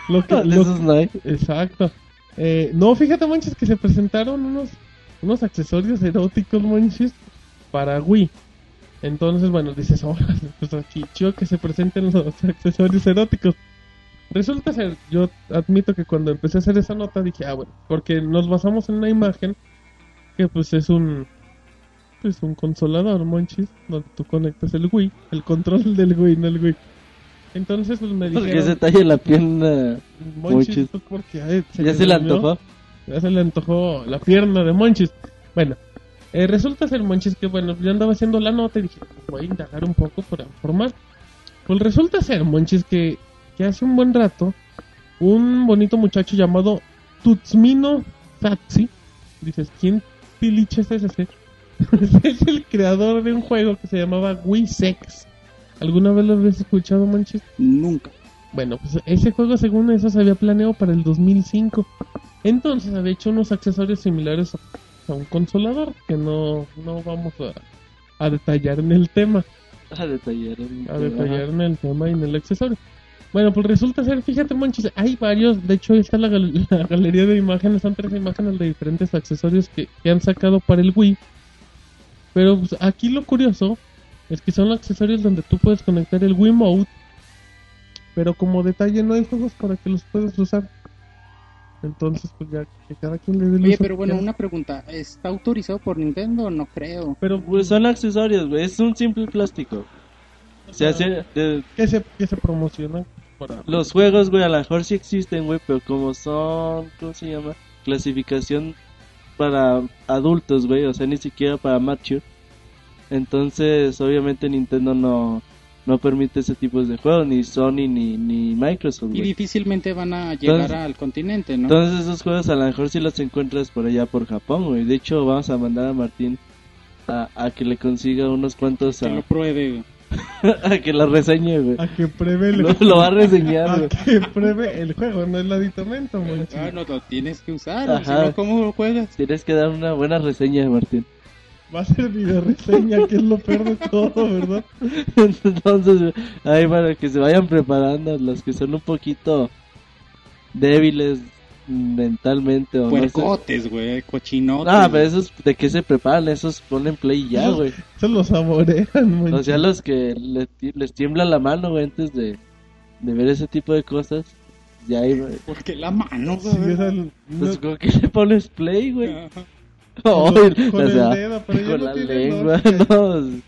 S4: Lo que,
S3: De
S4: lo-
S3: esos no hay.
S4: Exacto. Eh, no, fíjate, manches, que se presentaron unos, unos accesorios eróticos, manches, para Wii. Entonces, bueno, dices, oh, pues aquí chido que se presenten los accesorios eróticos. Resulta ser, yo admito que cuando empecé a hacer esa nota dije, ah, bueno, porque nos basamos en una imagen que pues es un pues un consolador, monchis, donde tú conectas el Wii, el control del Wii, no el Wii. Entonces, pues me
S3: Porque se
S4: dijeron,
S3: talla la pierna.
S4: monchis,
S3: Monchis.
S4: pues, porque ay,
S3: Ya
S4: le
S3: se le
S4: durmió".
S3: antojó.
S4: Ya se le antojó la pierna de Monchis. Bueno, eh, resulta ser Monchis que, bueno, yo andaba haciendo la nota y dije, "Pues voy a indagar un poco para informar. Pues resulta ser Monchis que, que hace un buen rato, un bonito muchacho llamado Tutsmino Satsi, dices, ¿quién piliches es ese? es el creador de un juego que se llamaba Wii Sex. ¿Alguna vez lo habías escuchado, Monchis?
S2: Nunca.
S4: Bueno, pues ese juego según eso se había planeado para el 2005. Entonces había hecho unos accesorios similares a un consolador que no, no vamos a, a detallar en el tema.
S3: A detallar. en-
S4: A detallar en el tema y en el accesorio. Bueno, pues resulta ser, fíjate, manches, hay varios. De hecho, ahí está la, gal- la galería de imágenes. Son tres imágenes de diferentes accesorios que, que han sacado para el Wii. Pero pues, aquí lo curioso es que son accesorios donde tú puedes conectar el Wii Mode. Pero como detalle, no hay juegos para que los puedas usar. Entonces, pues ya que cada quien le dé el
S2: Oye,
S4: uso
S2: pero
S4: que
S2: bueno,
S4: quiera.
S2: una pregunta. ¿Está autorizado por Nintendo? No creo.
S4: Pero
S3: Pues
S4: pues,
S3: son accesorios, güey. Es un simple plástico. O sea, se- de-
S4: que se, que se promocionan para
S3: los juegos, güey, a lo mejor sí existen, güey, pero como son, ¿cómo se llama? Clasificación para adultos, güey, o sea, ni siquiera para mature. Entonces, obviamente Nintendo no, no permite ese tipo de juegos, ni Sony ni, ni
S2: Y
S3: Microsoft,
S4: Pues
S3: güey.
S2: difícilmente van a llegar
S3: Entonces-
S2: al continente, ¿no?
S3: Entonces esos juegos a lo mejor si los encuentras por allá por Japón, güey. De hecho, vamos a mandar a Martín a, a que le consiga unos cuantos
S2: que
S3: a,
S2: lo pruebe.
S3: a que la reseñe, güey.
S4: a que prevé el
S3: Lo, lo va a reseñar,
S4: a
S3: güey.
S4: que pruebe el juego, no el aditamento, monchi.
S2: Ah, no lo tienes que usar.
S3: Ajá.
S2: Si no, ¿cómo lo juegas?
S3: Tienes que dar una buena reseña, Martín.
S4: Va a ser video reseña, que es lo peor de todo, ¿verdad?
S3: Entonces, güey, ahí para que se vayan preparando los que son un poquito débiles mentalmente o no sé.
S2: Puercotes, güey. Cochinotes.
S3: Ah, pero esos de qué se preparan, esos ponen play y ya, güey.
S4: Se lo saborean, monchi.
S3: O sea, los que le ti- les tiembla la mano, güey, antes de, de ver ese tipo de cosas. Ya ahí, güey.
S2: Porque la mano,
S4: Sí,
S2: güey.
S4: es el-
S3: Pues,
S4: no- Ah,
S3: ¿con qué le pones play, güey?
S2: Ajá.
S3: Oh,
S4: con
S3: o
S4: el
S3: sea,
S4: dedo, pero ya
S3: con
S4: no
S3: la
S4: tiene
S3: lengua,
S4: lógica.
S3: no.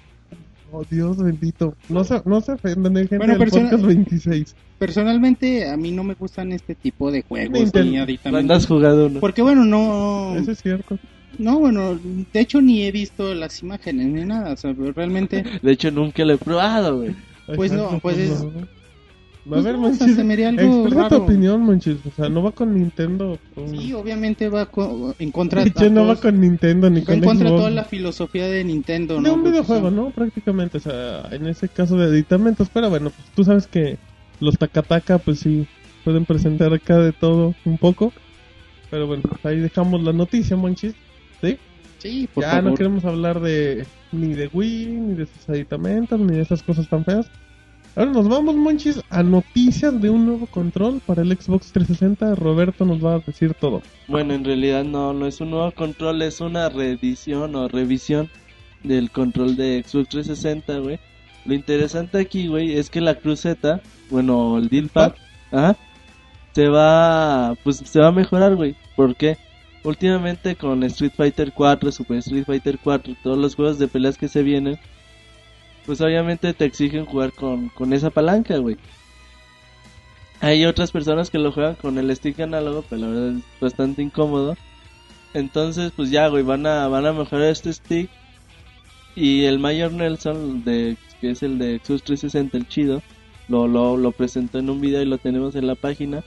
S4: Oh, Dios bendito. No se, no se ofendan, hay gente
S2: Bueno,
S4: del
S2: pero suena-
S4: podcast 26.
S2: Personalmente, a mí no me gustan este tipo de juegos
S4: Nintendo.
S2: ni
S3: ¿Cuándo has
S2: aditamentos.
S3: jugado uno?
S2: Porque, bueno, no.
S4: Eso es cierto.
S2: No, bueno, de hecho ni he visto las imágenes ni nada. O sea, realmente.
S3: De hecho, nunca lo he probado, güey.
S2: Pues no,
S4: Exacto,
S2: pues es-
S4: no. A
S2: pues
S4: ver,
S2: no, o
S4: Monchis,
S2: sea, se me haría algo
S4: expresa tu
S2: raro.
S4: opinión, Monchis. O sea, no va con Nintendo. con-
S2: Sí, obviamente va co- en contra.
S4: Che,
S2: a
S4: no va
S2: todos-
S4: con Nintendo ni
S2: va
S4: con
S2: en contra de
S4: Xbox.
S2: toda la filosofía de Nintendo,
S4: De
S2: ¿no?
S4: un
S2: Pues,
S4: videojuego,
S2: o sea,
S4: ¿no? Prácticamente, o sea, en ese caso de aditamentos, pero bueno, pues tú sabes que los Takataka, pues sí, pueden presentar acá de todo un poco. Pero bueno, pues ahí dejamos la noticia, monchis. ¿Sí?
S2: Sí, por
S4: ya
S2: favor.
S4: no queremos hablar de ni de Wii, ni de sus aditamentos, ni de esas cosas tan feas. Ahora nos vamos, monchis, a noticias de un nuevo control para el Xbox 360. Roberto nos va a decir todo.
S3: Bueno, en realidad no, no es un nuevo control, es una reedición o revisión del control de Xbox 360, güey. Lo interesante aquí, güey, es que la cruceta, bueno, el deal pad, ajá, se va, pues se va a mejorar, güey. ¿Por qué? Últimamente con Street Fighter 4, Super Street Fighter 4, todos los juegos de peleas que se vienen, pues obviamente te exigen jugar con, con esa palanca, güey. Hay otras personas que lo juegan con el stick análogo, pero la verdad es bastante incómodo. Entonces, pues ya, güey, van a, van a mejorar este stick. Y el Mayor Nelson, de, que es el de Xbox 360, el chido, lo, lo, lo presentó en un video y lo tenemos en la página.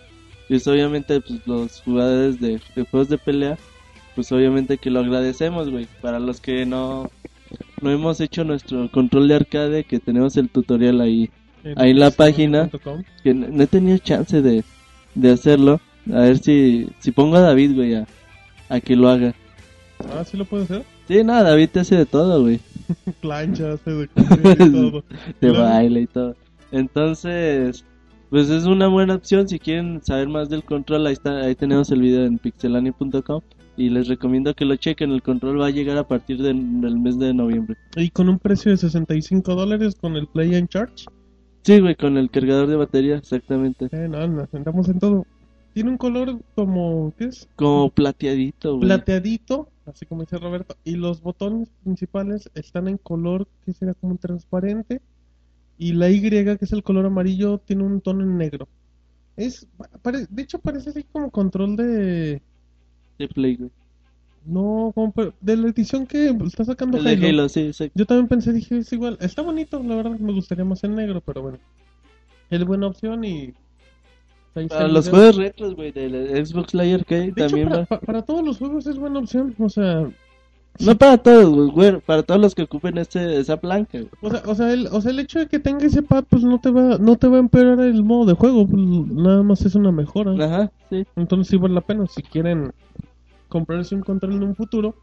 S3: Y pues, obviamente, pues los jugadores de, de juegos de pelea, pues obviamente que lo agradecemos, güey. Para los que no, no hemos hecho nuestro control de arcade, que tenemos el tutorial ahí Ahí la página. que no no he tenido chance de, de hacerlo. A ver si, si pongo a David, güey, a, a que lo haga.
S4: Ah, sí lo puede hacer.
S3: Sí, nada, David te hace de todo, güey.
S4: Plancha, hace de comer y todo.
S3: Te
S4: Claro.
S3: baila y todo. Entonces, pues es una buena opción. Si quieren saber más del control, ahí, está, ahí tenemos el video en pixelani.com. Y les recomiendo que lo chequen. El control va a llegar a partir de- del mes de noviembre.
S4: Y con un precio de 65 dólares con el Play and Charge.
S3: Sí, güey, con el cargador de batería, exactamente.
S4: Eh, no, nos sentamos en todo. Tiene un color como, ¿qué es?
S3: Como plateadito, güey.
S4: Plateadito, así como dice Roberto. Y los botones principales están en color que será como un transparente. Y la Y, que es el color amarillo, tiene un tono en negro. Es, pare- de hecho, parece así como control de...
S3: de Play, güey.
S4: No, como per- de la edición que está sacando
S3: El de
S4: Halo.
S3: Halo, sí, exacto.
S4: Yo también pensé, dije, es igual. Está bonito, la verdad, me gustaría más en negro, pero bueno. Es buena opción y... ahí está
S3: Para
S4: el
S3: los
S4: video.
S3: juegos retros, güey, de la Xbox Live Arcade
S4: De hecho,
S3: también
S4: para,
S3: va.
S4: pa- para todos los juegos es buena opción. O sea,
S3: No para todos, güey, güey, para todos los que ocupen este, esa planca. güey.
S4: O sea, o, sea, el, o sea, el hecho de que tenga ese pad, pues no te va, no te va a empeorar el modo de juego. pues, nada más es una mejora.
S3: Ajá, sí.
S4: Entonces sí vale la pena. Si quieren comprarse un control en un futuro,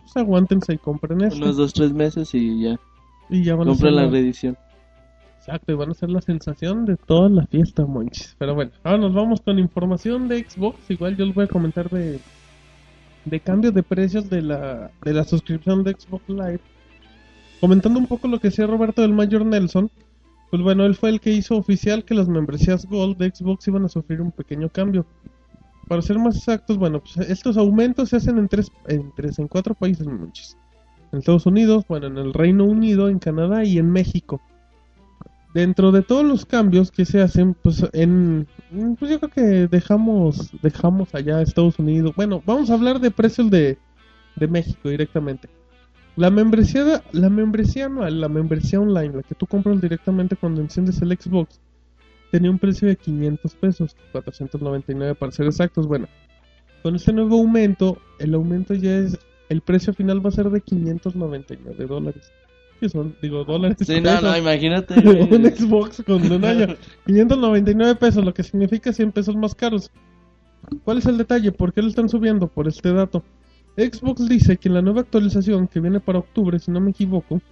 S4: pues aguántense y compren eso.
S3: Unos dos, tres meses y ya.
S4: y ya van a
S3: Compra Pues
S4: ser
S3: la
S4: la-
S3: reedición.
S4: Exacto, y van a ser la sensación de toda la fiesta, monches. Pero bueno, ahora nos vamos con información de Xbox. Igual yo les voy a comentar de, de cambio de precios de la, de la suscripción de Xbox Live. Comentando un poco lo que decía Roberto del Mayor Nelson. Pues bueno, él fue el que hizo oficial que las membresías Gold de Xbox iban a sufrir un pequeño cambio. Para ser más exactos, bueno, pues estos aumentos se hacen en tres, en tres, en cuatro países, monches. En Estados Unidos, bueno, en el Reino Unido, en Canadá y en México dentro de todos los cambios que se hacen, pues en mm, pues yo creo que dejamos dejamos allá a Estados Unidos. Bueno, vamos a hablar de precios de, de México directamente. La membresía la membresía anual, la membresía online, la que tú compras directamente cuando enciendes el Xbox, tenía un precio de 500 pesos, 499 para ser exactos. Bueno, con este nuevo aumento, el aumento ya es el precio final va a ser de 599 dólares. Que son, digo, dólares.
S3: Sí, no,
S4: pesos
S3: no, imagínate.
S4: un
S3: güey.
S4: Xbox con un año. 599 pesos, lo que significa 100 pesos más caros. ¿Cuál es el detalle? ¿Por qué lo están subiendo? Por este dato. Xbox dice que en la nueva actualización que viene para octubre, si no me equivoco,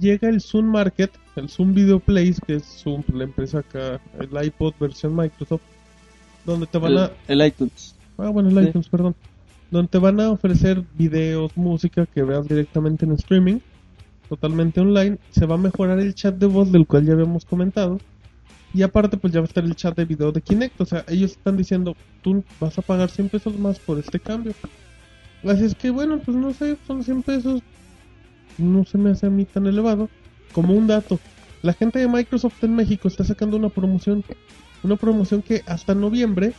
S4: llega el Zoom Market, el Zoom Video Place, que es Zoom, la empresa acá, el iPod versión Microsoft, donde te van a...
S3: El, el iTunes.
S4: Ah, bueno, el
S3: Sí.
S4: iTunes, perdón. Donde te van a ofrecer videos, música que veas directamente en streaming, totalmente online. Se va a mejorar el chat de voz, del cual ya habíamos comentado. Y aparte, pues ya va a estar el chat de video de Kinect. O sea, ellos están diciendo, tú vas a pagar 100 pesos más por este cambio. Así es que, bueno, pues no sé, son 100 pesos. No se me hace a mí tan elevado. Como un dato, la gente de Microsoft en México está sacando una promoción. Una promoción que hasta noviembre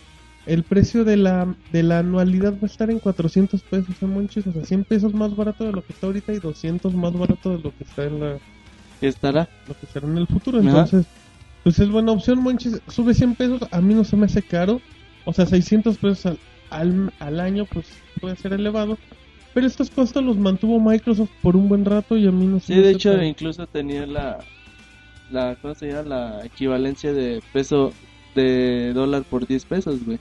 S4: el precio de la, de la anualidad va a estar en 400 pesos, son monches, o sea, 100 pesos más barato de lo que está ahorita y 200 más barato de lo que está en la,
S3: que estará?
S4: lo que será en el futuro.
S3: Ajá.
S4: Entonces, pues es buena opción, monches, sube 100 pesos, a mí no se me hace caro, o sea, 600 pesos al, al, al año, pues puede ser elevado, pero estos costos los mantuvo Microsoft por un buen rato y a mí no se
S3: Sí,
S4: me
S3: de
S4: hace
S3: hecho,
S4: caro.
S3: incluso tenía la. la ¿Cómo se llama? La equivalencia de peso de dólar por 10 pesos, güey.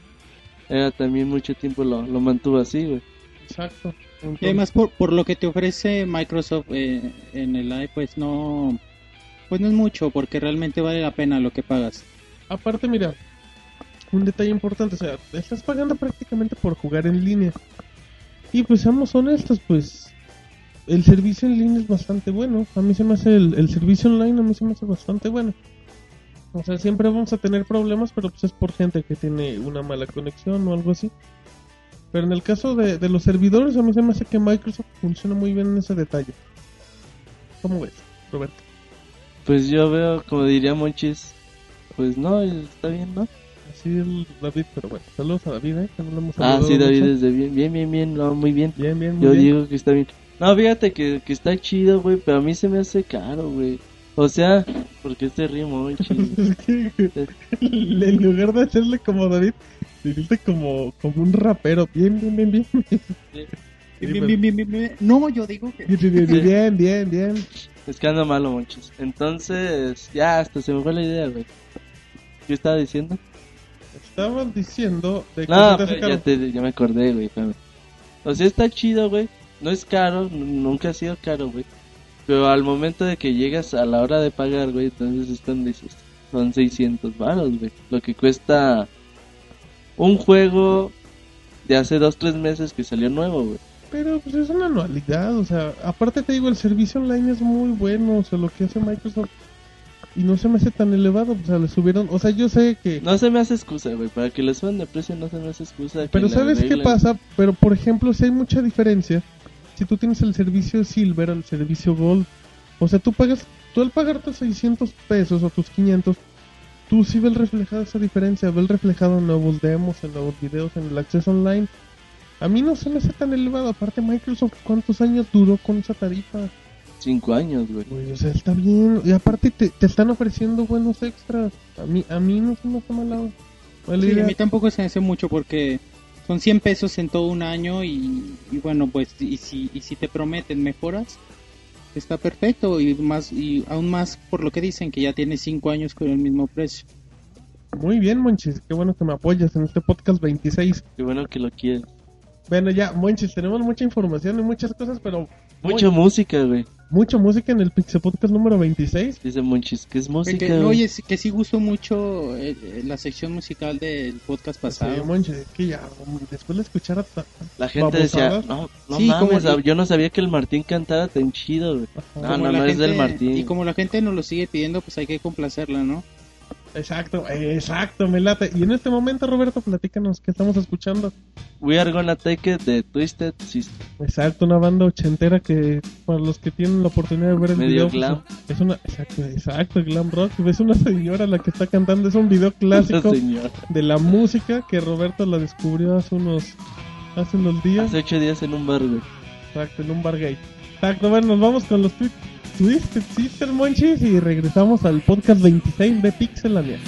S3: Era también mucho tiempo lo, lo mantuvo así, güey.
S4: Exacto.
S2: Y además por, por lo que te ofrece Microsoft eh, en el live, pues no, pues no es mucho, porque realmente vale la pena lo que pagas.
S4: Aparte, mira, un detalle importante, o sea, estás pagando prácticamente por jugar en línea. Y pues seamos honestos, pues el servicio en línea es bastante bueno. A mí se me hace el, el servicio online, a mí se me hace bastante bueno. O sea, siempre vamos a tener problemas, pero pues es por gente que tiene una mala conexión o algo así. Pero en el caso de, de los servidores, a mí se me hace que Microsoft funciona muy bien en ese detalle. ¿Cómo ves, Roberto?
S3: Pues yo veo, como diría Monchis, pues no, está bien, ¿no?
S4: Así el David, pero bueno, saludos a David, ¿eh? que no lo hemos
S3: Ah,
S4: saludado
S3: sí, David,
S4: mucho.
S3: desde bien, bien, bien, bien, no, muy bien.
S4: Bien, bien, muy
S3: Yo
S4: bien.
S3: digo que está bien. No, fíjate que, que está chido, güey, pero a mí se me hace caro, güey. O sea, porque este ritmo, güey, chido.
S4: Es que, en lugar de hacerle como David, dijiste como, como un rapero. Bien, bien, bien, bien. Sí,
S2: Bien,
S4: pero-
S2: bien, bien, bien, bien. No, yo digo que...
S4: Bien, bien, bien, bien, bien, bien.
S3: Es que anda malo, Monchis. Entonces, ya, hasta se me fue la idea, güey. ¿Qué estaba diciendo?
S4: Estabas diciendo de que
S3: No,
S4: se te hace
S3: pero
S4: caro.
S3: ya, te- ya me acordé, güey. espérame. O sea, está chido, güey. No es caro, n- nunca ha sido caro, güey. Pero al momento de que llegas a la hora de pagar, güey, entonces están, dices, son 600 varos, güey. Lo que cuesta un juego de hace 2-3 meses que salió nuevo, güey.
S4: Pero pues es una anualidad, o sea, aparte te digo, el servicio online es muy bueno, o sea, lo que hace Microsoft. Y no se me hace tan elevado, o sea, le subieron, o sea, yo sé que...
S3: No se me hace excusa, güey. Para que le suban de precio no se me hace excusa. que
S4: Pero
S3: le
S4: ¿sabes qué
S3: arreglen.
S4: pasa? Pero por ejemplo, si hay mucha diferencia, si tú tienes el servicio Silver al servicio Gold, o sea, tú pagas, tú al pagar tus 600 pesos o tus 500, tú sí ves reflejada esa diferencia, ves reflejado en nuevos demos, en nuevos videos, en el acceso online. A mí no se me hace tan elevado, aparte Microsoft, ¿cuántos años duró con esa tarifa?
S3: Cinco años, güey.
S4: Güey, o sea, está bien, y aparte te, te están ofreciendo buenos extras, a mí, a mí no se me hace mal
S2: Sí, a mí tampoco se hace mucho porque Son 100 pesos en todo un año y, y bueno, pues y si, y si te prometen mejoras, está perfecto y más y aún más por lo que dicen que ya tiene 5 años con el mismo precio.
S5: Muy bien, Monchis. Qué bueno que me apoyas en este podcast 26.
S3: Qué bueno que lo quieres.
S5: Bueno, ya, Monchis, tenemos mucha información y muchas cosas, pero
S3: Mucha música, güey.
S5: mucha música en el Pixel Podcast número 26.
S3: Dice Monchis, que es música?
S2: Porque,
S3: güey?
S2: oye, sí- que sí gustó mucho eh, eh, la sección musical del podcast
S5: Sí,
S2: pasado.
S5: Monchis, es que ya, um, después de escuchar a... ta-
S3: La gente decía,
S5: babosadas.
S3: no, no
S2: Sí,
S3: mames,
S2: como-
S3: yo no sabía que el Martín cantara tan chido, güey.
S5: Ajá.
S3: No,
S2: Como
S3: Ah, no,
S2: la
S3: no es del
S2: gente-
S3: Martín.
S2: Y como la gente nos lo sigue pidiendo, pues hay que complacerla, ¿no?
S5: Exacto, exacto, me late. Y en este momento, Roberto, platícanos qué estamos escuchando.
S3: We are gonna take it de Twisted Sister.
S5: Exacto, una banda ochentera que para los que tienen la oportunidad de ver el
S3: Medio
S5: video
S3: glam.
S5: pues, es una exacto, exacto, glam rock. Ves una señora la que está cantando, es un video clásico
S3: señor.
S5: de la música que Roberto la descubrió hace unos hace unos días,
S3: Hace ocho días en un bar, güey.
S5: exacto, en un bar gay. Exacto, bueno, nos vamos con los twi- Twisted Sister Monchis y regresamos al podcast 26 de Pixelania.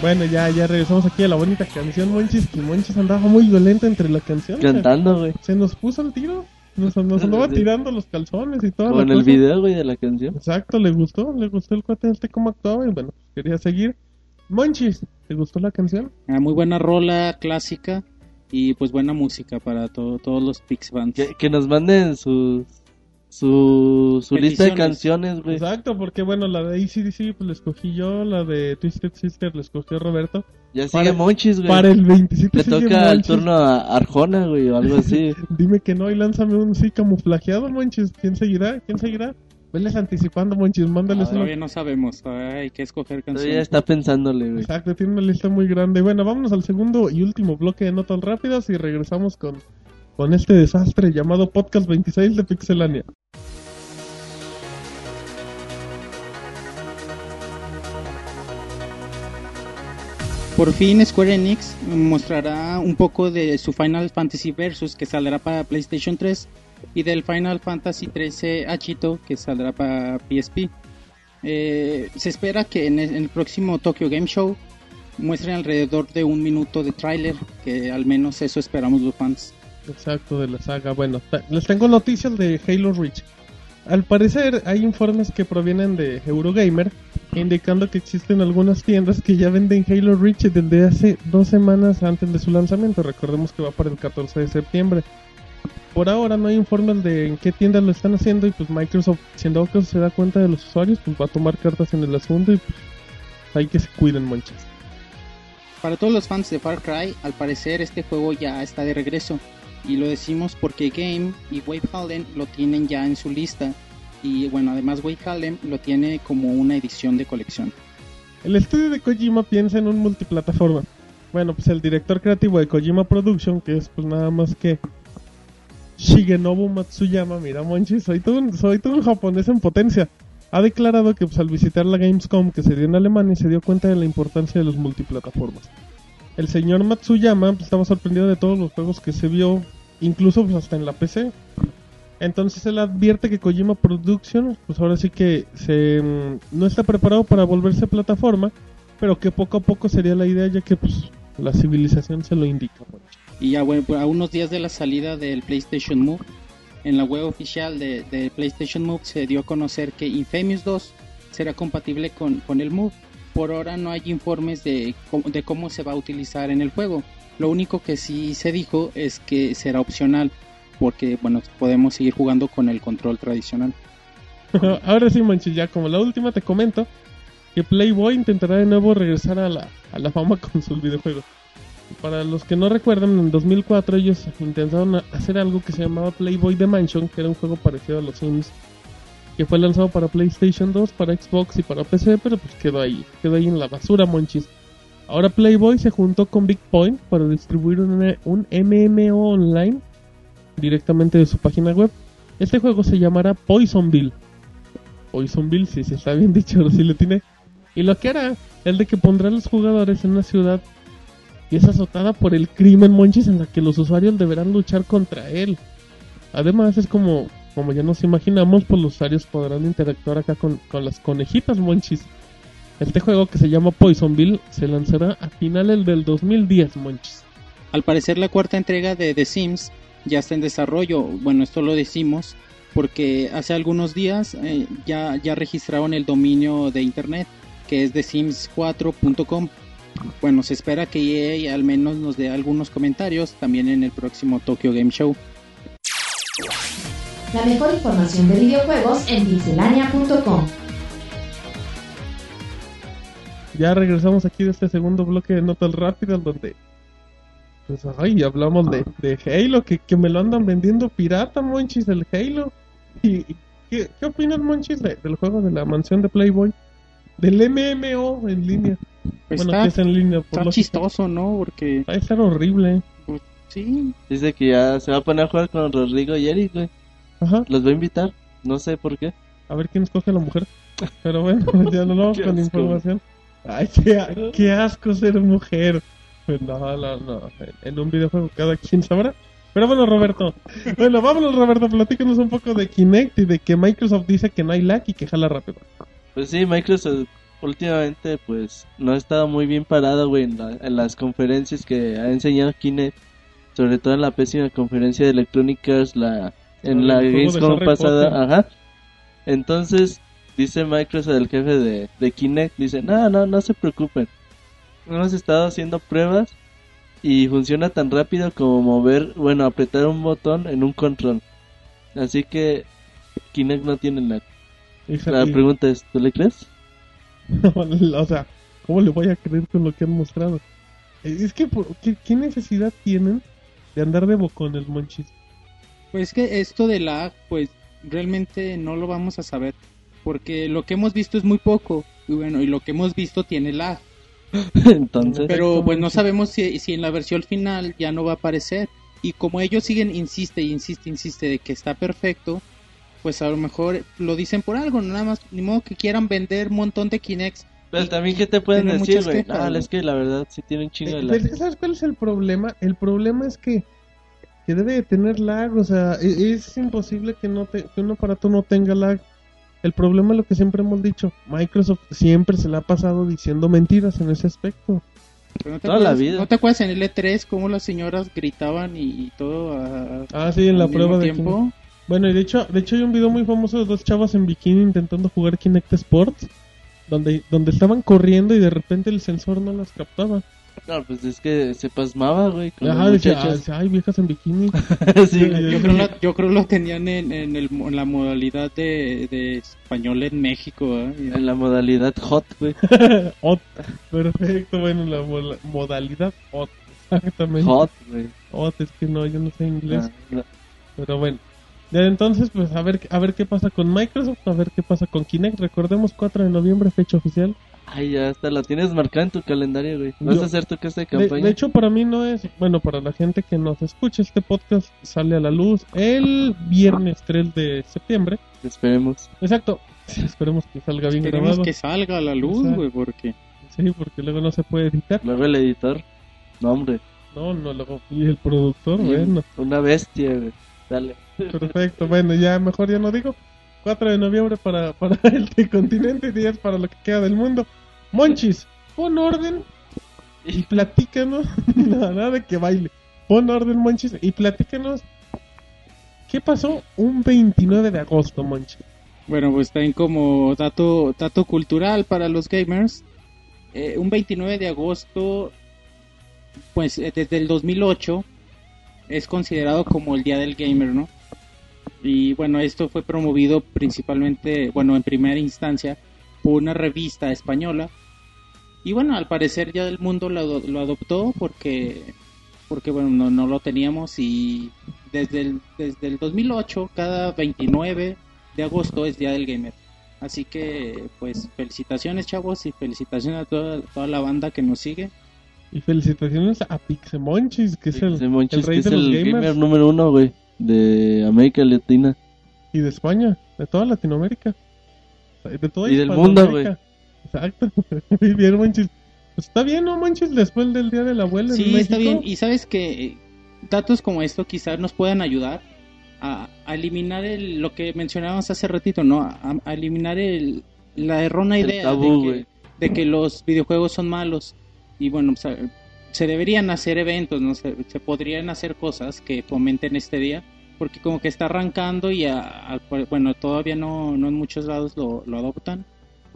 S5: Bueno, ya, ya regresamos aquí a la bonita canción Monchis, que Monchis andaba muy violento entre la canción.
S3: Cantando, güey.
S5: Se nos puso el tiro, nos, nos andaba tirando los calzones y todo.
S3: O en el video, güey, de la canción.
S5: Exacto, le gustó, le gustó el cuate este cómo actuaba y bueno, quería seguir. Monchis, ¿te gustó la canción?
S2: Ah, muy buena rola clásica y pues buena música para todo- todos los Pix fans.
S3: Que, que nos manden su, su, su lista de
S2: Peticiones.
S3: canciones, güey.
S5: Exacto, porque bueno, la de ACDC pues la escogí yo, la de Twisted Sister la escogió Roberto.
S3: Ya sigue
S5: Para-
S3: Monchis, güey.
S5: Para el 27
S3: Le
S5: sigue
S3: toca el
S5: Monchis.
S3: turno a Arjona, güey, o algo así.
S5: Dime que no y lánzame un sí camuflajeado, Monchis. ¿Quién seguirá? ¿Quién seguirá? Veles anticipando, Monchis,
S3: Ah,
S5: mándales una
S2: Todavía no sabemos, todavía hay que escoger
S3: Todavía
S2: canciones.
S3: está pensándole, güey.
S5: Exacto, tiene una lista muy grande. Bueno, vámonos al segundo y último bloque de notas rápidas y regresamos con
S4: con este desastre llamado Podcast 26 de Pixelania.
S2: Por fin Square Enix mostrará un poco de su Final Fantasy Versus que saldrá para PlayStation 3 y del Final Fantasy 13 Achito que saldrá para PSP. Eh, se espera que en el, en el próximo Tokyo Game Show muestren alrededor de un minuto de tráiler, que al menos eso esperamos los fans.
S4: Exacto, de la saga. Bueno, ta- les tengo noticias de Halo Reach. Al parecer hay informes que provienen de Eurogamer indicando que existen algunas tiendas que ya venden Halo Reach desde hace dos semanas antes de su lanzamiento. Recordemos que va para el 14 de septiembre. Por ahora no hay informes de en qué tiendas lo están haciendo y pues Microsoft, siendo que se da cuenta de los usuarios, pues va a tomar cartas en el asunto y pues hay que se cuiden manchas.
S2: Para todos los fans de Far Cry, al parecer este juego ya está de regreso. Y lo decimos porque Game y Wave Halden lo tienen ya en su lista. Y bueno, además Wave Halden lo tiene como una edición de colección.
S4: El estudio de Kojima piensa en un multiplataforma. Bueno, pues el director creativo de Kojima Production, que es pues nada más que Shigenobu Matsuyama, mira Monchi, soy todo un, soy todo un japonés en potencia. Ha declarado que pues, al visitar la Gamescom que se dio en Alemania se dio cuenta de la importancia de las multiplataformas. El señor Matsuyama pues, estaba sorprendido de todos los juegos que se vio, incluso pues, hasta en la PC. Entonces él advierte que Kojima Productions, pues ahora sí que se, mm, no está preparado para volverse plataforma, pero que poco a poco sería la idea ya que pues la civilización se lo indica. pues. Monchi.
S2: Y ya bueno, a unos días de la salida del PlayStation Move, en la web oficial de, de PlayStation Move se dio a conocer que Infamous 2 será compatible con, con el Move. Por ahora no hay informes de, cómo- de cómo se va a utilizar en el juego. Lo único que sí se dijo es que será opcional, porque bueno, podemos seguir jugando con el control tradicional.
S4: ahora sí, Monchi, ya como la última te comento que Playboy intentará de nuevo regresar a la, a la fama con sus videojuegos. Para los que no recuerdan, en 2004 ellos intentaron a- hacer algo que se llamaba Playboy The Mansion, que era un juego parecido a los Sims, que fue lanzado para PlayStation 2, para Xbox y para PC, pero pues quedó ahí, quedó ahí en la basura, monchis. Ahora Playboy se juntó con Big Point para distribuir un, un MMO online directamente de su página web. Este juego se llamará Poisonville. Poisonville, si se está bien dicho, si lo tiene. Y lo que hará es de que pondrá a los jugadores en una ciudad y es azotada por el crimen monchis en la que los usuarios deberán luchar contra él. Además es como, como ya nos imaginamos, pues los usuarios podrán interactuar acá con, con las conejitas monchis. Este juego que se llama Poisonville se lanzará a finales del 2010 monchis.
S2: Al parecer la cuarta entrega de The Sims ya está en desarrollo. Bueno, esto lo decimos porque hace algunos días eh, ya, ya registraron el dominio de internet que es thesims4.com. Bueno, se espera que EA al menos nos dé algunos comentarios también en el próximo Tokyo Game Show.
S1: La mejor información de videojuegos en pixelania.com.
S4: Ya regresamos aquí de este segundo bloque de notas rápidas donde pues ay, hablamos de, de Halo, que, que me lo andan vendiendo pirata, Monchis, el Halo. ¿Y y qué, qué opinas, Monchis, de- del juego de la mansión de Playboy? Del MMO en línea.
S2: Pues
S4: bueno,
S2: está,
S4: que es en línea, por
S2: está
S4: lo que-
S2: chistoso, ¿no? Porque
S4: Va a estar horrible. ¿eh?
S2: sí,
S3: Dice que ya se va a poner a jugar con Rodrigo y Eric, güey.
S4: Ajá,
S3: Los va a invitar. No sé por qué.
S4: a ver quién escoge a la mujer. Pero bueno, ya no vamos
S3: Qué
S4: con
S3: asco.
S4: información. Ay, qué, a- qué asco ser mujer. Pues no, no, no. En un videojuego cada quien sabrá. Pero bueno, Roberto. Bueno, vámonos, Roberto. Platícanos un poco de Kinect y de que Microsoft dice que no hay lag y que jala rápido.
S3: Pues sí, Microsoft últimamente pues no ha estado muy bien parado, güey, en, la- en las conferencias que ha enseñado Kinect. Sobre todo en la pésima conferencia de Electronic Arts la, en
S4: La
S3: la
S4: del juego de
S3: Gamescom
S4: Harry
S3: pasada.
S4: Potter.
S3: Ajá. Entonces, dice Microsoft, el jefe de, de Kinect, dice, no, no, no se preocupen. Hemos estado haciendo pruebas y funciona tan rápido como mover, bueno, apretar un botón en un control. Así que Kinect no tiene nada.
S4: Y se-
S3: La
S4: y-
S3: pregunta es, ¿tú le crees?
S4: o sea, ¿cómo le voy a creer con lo que han mostrado? Eh, Es que, por- ¿qué, qué necesidad tienen de andar de bocones, monchis?
S2: Pues que esto de lag, pues realmente no lo vamos a saber, porque lo que hemos visto es muy poco, y bueno, y lo que hemos visto tiene lag,
S3: Entonces,
S2: pero
S4: Exactamente.
S2: pues no sabemos si, si en la versión final ya no va a aparecer, Y como ellos siguen, insiste, insiste, insiste de que está perfecto, pues a lo mejor lo dicen por algo, nada más, ni modo que quieran vender un montón de Kinects.
S3: Pero
S2: Y-
S3: también, ¿qué te pueden
S2: tiene
S3: decir,
S2: muchas
S3: güey?
S2: quejas,
S3: Ah,
S2: güey.
S3: es que la verdad sí tienen chingo de
S4: Eh,
S3: la...
S4: pero ¿Sabes cuál es el problema? El problema es que, que debe de tener lag, o sea, e- es imposible que, no te- que un aparato no tenga lag. El problema es lo que siempre hemos dicho, Microsoft siempre se le ha pasado diciendo mentiras en ese aspecto.
S2: Pero no te
S3: Toda la
S2: acuerdas-
S3: vida.
S2: ¿No te acuerdas en el E3 cómo las señoras gritaban y, y todo a- a-
S4: Ah, sí, en
S2: al
S4: la
S2: mismo
S4: prueba de... Kinect.
S2: tiempo?
S4: Bueno, y de hecho, de hecho hay un video muy famoso de dos chavas en bikini intentando jugar Kinect Sports, donde, donde estaban corriendo y de repente el sensor no las captaba.
S3: No, pues es que se pasmaba, güey, con
S4: Ajá,
S3: los
S4: decía, ah,
S3: muchachos.
S4: decía, ay, viejas en bikini.
S3: Sí,
S4: yo-
S3: güey.
S2: Yo creo, la- yo creo lo tenían en, en el- en la modalidad de, de español en México. ¿eh? Y-
S3: En la modalidad hot, güey.
S4: Ot. Perfecto, bueno, la mola- modalidad ot. Exactamente.
S3: Hot, güey.
S4: Ot, es que no, yo no sé inglés.
S3: Ah, no.
S4: Pero bueno. Ya entonces, pues a ver, a ver qué pasa con Microsoft, a ver qué pasa con Kinect. Recordemos 4 de noviembre, fecha oficial.
S3: Ay, ya hasta la tienes marcada en tu calendario, güey. Vas
S4: Yo-
S3: a hacer tu casa de
S4: De,
S3: campaña.
S4: de hecho, para mí no es. Bueno, para la gente que nos escucha, este podcast sale a la luz el viernes 3 de septiembre.
S3: Esperemos.
S4: Exacto. Sí, esperemos que salga bien
S2: Esperemos
S4: grabado.
S2: que salga a la luz,
S4: Exacto.
S2: güey, porque
S4: Sí, porque luego no se puede editar.
S3: Luego el editor. No, hombre.
S4: No, no, luego. Y el productor,
S3: Mm.
S4: bueno.
S3: Una bestia, güey. Dale.
S4: Perfecto, bueno, ya mejor ya no digo. 4 de noviembre para, para el continente y 10 para lo que queda del mundo. Monchis, pon orden y platícanos. nada, nada de que baile. Pon orden, Monchis, y platícanos. ¿Qué pasó un 29 de agosto, Monchis?
S2: Bueno, pues también como dato, dato cultural para los gamers, eh, un 29 de agosto, pues eh, desde el 2008, es considerado como el Día del Gamer, ¿no? Y bueno, esto fue promovido principalmente, bueno, en primera instancia, por una revista española. Y bueno, al parecer ya el mundo lo, ado- lo adoptó porque, porque bueno, no, no lo teníamos y desde el, desde el 2008, cada 29 de agosto es Día del Gamer. Así que, pues, felicitaciones, chavos, y felicitaciones a toda, toda la banda que nos sigue.
S4: Y felicitaciones a Pixemonchis, que es
S3: Ese
S4: el,
S3: Monchis,
S4: el rey
S3: que es
S4: de los
S3: el
S4: gamers.
S3: gamer número uno, güey. De América Latina.
S4: y de España, de toda Latinoamérica. O sea, De toda
S3: Y del mundo,
S4: Hispanoamérica.
S3: güey.
S4: Exacto. Muy bien, Monchis. Pues está bien, ¿no, Monchis? Después del Día de la Abuela en
S2: Sí,
S4: México.
S2: está bien. Y sabes que eh, datos como esto quizás nos puedan ayudar a, a eliminar el- lo que mencionábamos hace ratito, ¿no? A, a eliminar el, la errónea
S3: El
S2: idea
S3: tabú,
S2: de,
S3: güey.
S2: que, de que los videojuegos son malos. Y bueno, pues, a- se deberían hacer eventos, ¿no? Se, se podrían hacer cosas que fomenten este día. Porque como que está arrancando y, a- a- bueno, todavía no, no en muchos lados lo, lo adoptan.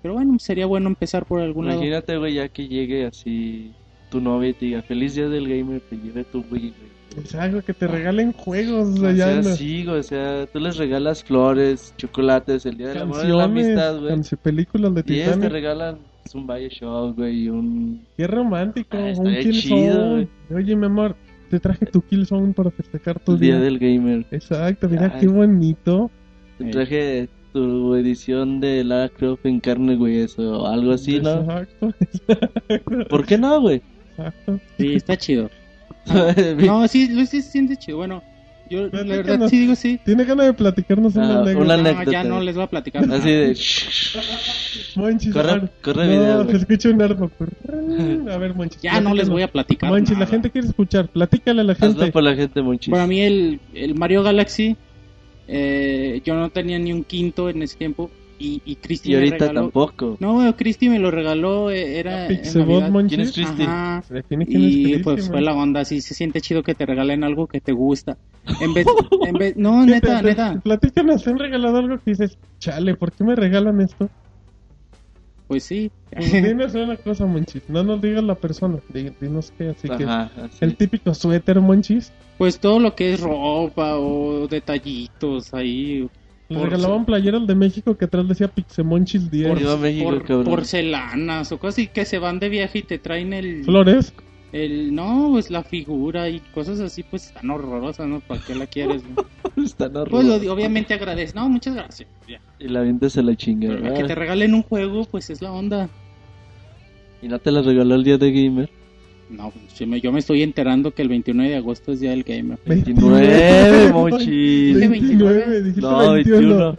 S2: Pero bueno, sería bueno empezar por algún lado.
S3: Imagínate, güey, ya que llegue así tu novia y te diga feliz día del gamer, te lleve tu Wii, güey.
S4: Exacto, que te regalen juegos. O sea,
S3: O
S4: ya
S3: sea,
S4: no-
S3: sí, güey, o sea, tú les regalas flores, chocolates, el día del amor y la
S4: canciones,
S3: amistad, güey.
S4: cancio- películas
S3: Y
S4: de
S3: este ellos te
S4: Titanic.
S3: regalan pues, un Bioshock, güey, y un...
S4: Qué romántico.
S3: Ah,
S4: un
S3: estaría chido,
S4: Killzone.
S3: güey.
S4: Oye, mi amor, te traje tu Killzone para festejar tu
S3: el día del gamer.
S4: Exacto, mira
S3: Ay.
S4: qué bonito.
S3: Te
S2: Eh.
S3: traje tu edición de Lara Croft en carne, güey, eso, o algo así, Pues ¿no?
S4: Exacto,
S3: ¿Por qué no, güey?
S4: exacto.
S2: Sí, está chido. No, sí, Luis sí se siente chido. Bueno, yo la
S4: Platícanos.
S2: verdad sí digo sí.
S4: Tiene ganas de platicarnos
S3: Ah,
S4: una anécdota.
S3: una
S2: No,
S3: anécdota.
S2: ya no les voy a platicar. nada.
S3: Así de...
S4: Monchis,
S3: corre,
S4: ahora-
S3: corre
S4: no,
S3: video,
S4: se
S3: güey.
S4: escucha un arpa. A ver, Monchis.
S2: Ya no les voy a platicar.
S4: Monchis, la
S2: nada.
S4: gente quiere escuchar. Platícale a la gente.
S3: Hazlo pues. por la gente, Monchis.
S2: Para mí el, el Mario Galaxy, eh, yo no tenía ni un quinto en ese tiempo y, y Cristi
S3: Y
S2: me
S3: ahorita
S2: regaló.
S3: tampoco.
S2: No, Cristi me lo regaló, eh, era en
S4: Pixebot,
S2: Navidad.
S4: Monchis.
S3: ¿Quién es Cristi?
S2: Ajá.
S4: Define quién es
S2: Y
S4: Cristi,
S2: pues fue
S4: Monchis.
S2: la onda, sí, se siente chido que te regalen algo que te gusta. En vez, en vez, no,
S4: ¿Qué te-
S2: neta,
S4: te-
S2: neta.
S4: Platícanos, te han regalado algo que dices, chale, ¿por qué me regalan esto?
S2: Pues sí.
S4: Dinos una cosa, Monchis. No nos digas la persona. di- Dinos qué, así que.
S3: Ajá, así.
S4: El típico suéter, Monchis.
S2: Pues todo lo que es ropa o detallitos ahí,
S4: Le
S2: Por
S4: regalaban playeras de México que atrás decía Pixemonchis 10.
S3: Por- Viva México,
S2: por-
S3: cabrón.
S2: porcelanas o cosas así que se van de viaje y te traen el,
S4: Flores.
S2: el no pues la figura y cosas así pues tan horrorosas no para qué la quieres no?
S3: Están
S2: pues
S3: horrorosos.
S2: lo- obviamente agradezco no muchas gracias ya.
S3: Y la gente se la chinga.
S2: pero
S3: Ah,
S2: que te regalen un juego pues es la onda
S3: Y no te la regaló el día de gamer.
S2: No, si me- yo me estoy enterando que el 29 de agosto es Día del Gamer.
S3: 29, mochis.
S2: Dije
S4: 29,
S2: 29,
S4: dijiste
S3: No,
S4: 21.
S3: 21.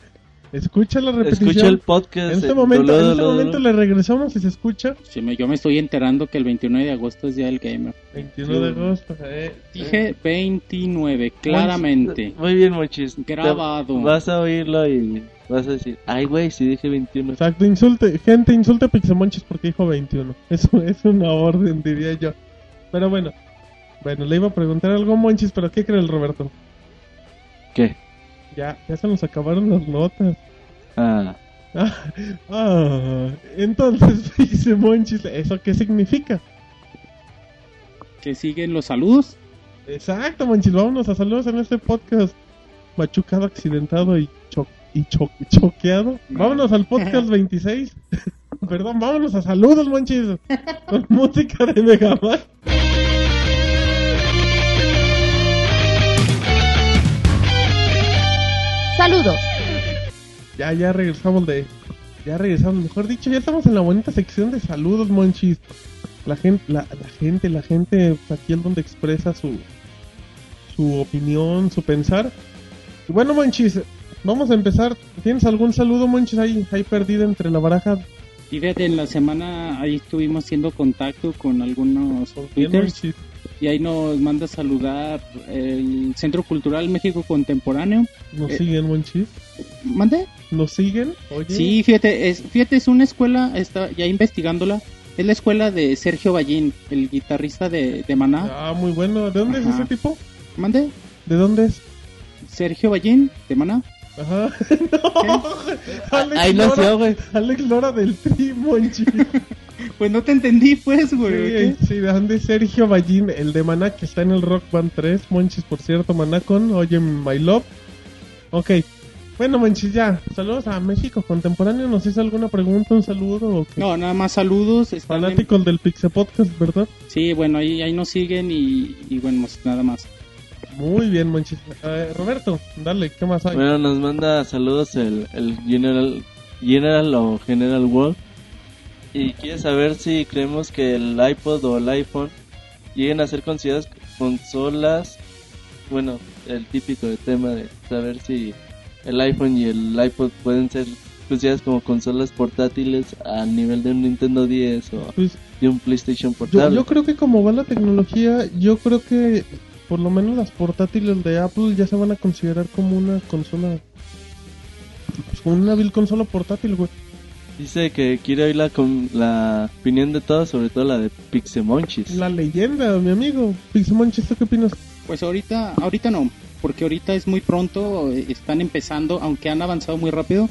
S4: Escucha la repetición.
S3: Escucha el
S4: en
S3: podcast.
S4: este
S3: eh,
S4: momento,
S3: dolo,
S4: en este
S3: dolo, dolo.
S4: momento le regresamos y se escucha.
S2: Si me- yo me estoy enterando que el 29 de agosto es Día del Gamer.
S4: 21 de agosto. eh, eh.
S2: Dije 29, claramente.
S3: Muy bien, mochis. Te-
S2: Grabado.
S3: Vas a oírlo y vas a decir, ay, güey, si dije 21.
S4: Exacto, insulte, gente, insulte a Pixemonches porque dijo 21. Eso es una orden, diría yo. Pero bueno, bueno, le iba a preguntar algo, Monchis, pero ¿qué cree el Roberto?
S3: ¿Qué?
S4: Ya, ya se nos acabaron las notas.
S3: Ah,
S4: Ah, ah, entonces, Pixemonchis, ¿eso qué significa?
S2: ¿Que siguen los saludos?
S4: Exacto, Monchis, vámonos a saludos en este podcast. Machucado, accidentado y, cho- y cho- choqueado. Vámonos al podcast 26. Perdón, vámonos a saludos, Monchis. Con música de Megaman.
S1: Saludos.
S4: Ya, ya regresamos de. Ya regresamos, mejor dicho, ya estamos en la bonita sección de saludos, monchis. La gente, la, la gente, la gente, pues, aquí es donde expresa su, su opinión, su pensar. Y bueno, monchis, vamos a empezar. ¿Tienes algún saludo, monchis, ahí, ahí perdido entre la baraja?
S2: Y desde la semana ahí estuvimos haciendo contacto con algunos
S4: Bien,
S2: twitters
S4: Monchis.
S2: y ahí nos manda a saludar el Centro Cultural México Contemporáneo.
S4: Nos
S2: Eh.
S4: siguen, monchis.
S2: ¿Mande?
S4: Nos siguen. Oye,
S2: Sí, fíjate, es, fíjate, es una escuela, está ya investigándola, es la escuela de Sergio Ballín, el guitarrista de, de Maná.
S4: Ah, muy bueno. ¿De dónde es
S2: Ajá.
S4: ese tipo?
S2: ¿Mande?
S4: ¿De dónde es?
S2: Sergio Ballín, de Maná.
S4: Ajá. no. Alex
S3: ahí
S4: Lora,
S3: nació, güey.
S4: Alex Lora del Tri, monchis.
S2: Pues no te entendí, pues,
S4: Sí,
S2: güey.
S4: sí, de Andy Sergio Ballín, el de Maná que está en el Rock Band 3, Monchis, por cierto, Maná con Oye My Love. Ok, bueno, Monchis, ya, saludos a México Contemporáneo, nos hizo alguna pregunta, un saludo o qué?
S2: No, nada más saludos. están en-
S4: Fanático del Pixel Podcast, ¿verdad?
S2: Sí, bueno, ahí, ahí nos siguen y, y bueno, pues, nada más.
S4: Muy bien, Monchis. Eh, Roberto, dale, ¿qué más hay?
S3: Bueno, nos manda saludos el, el General, General o General World. Y quiere saber si creemos que el iPod o el iPhone lleguen a ser consideradas consolas. Bueno, el típico de tema de saber si el iPhone y el iPod pueden ser consideradas como consolas portátiles al nivel de un Nintendo 10 o
S4: Pues,
S3: de un PlayStation
S4: yo,
S3: portable.
S4: yo creo que como va la tecnología, yo creo que por lo menos las portátiles de Apple ya se van a considerar como una consola, pues como una vil consola portátil, güey.
S3: Dice que quiere oír la, com- la opinión de todos, sobre todo la de Pixemonchis.
S4: La leyenda, mi amigo. Pixemonchis, ¿tú qué opinas?
S2: Pues ahorita, ahorita no, porque ahorita es muy pronto, eh, están empezando, aunque han avanzado muy rápido,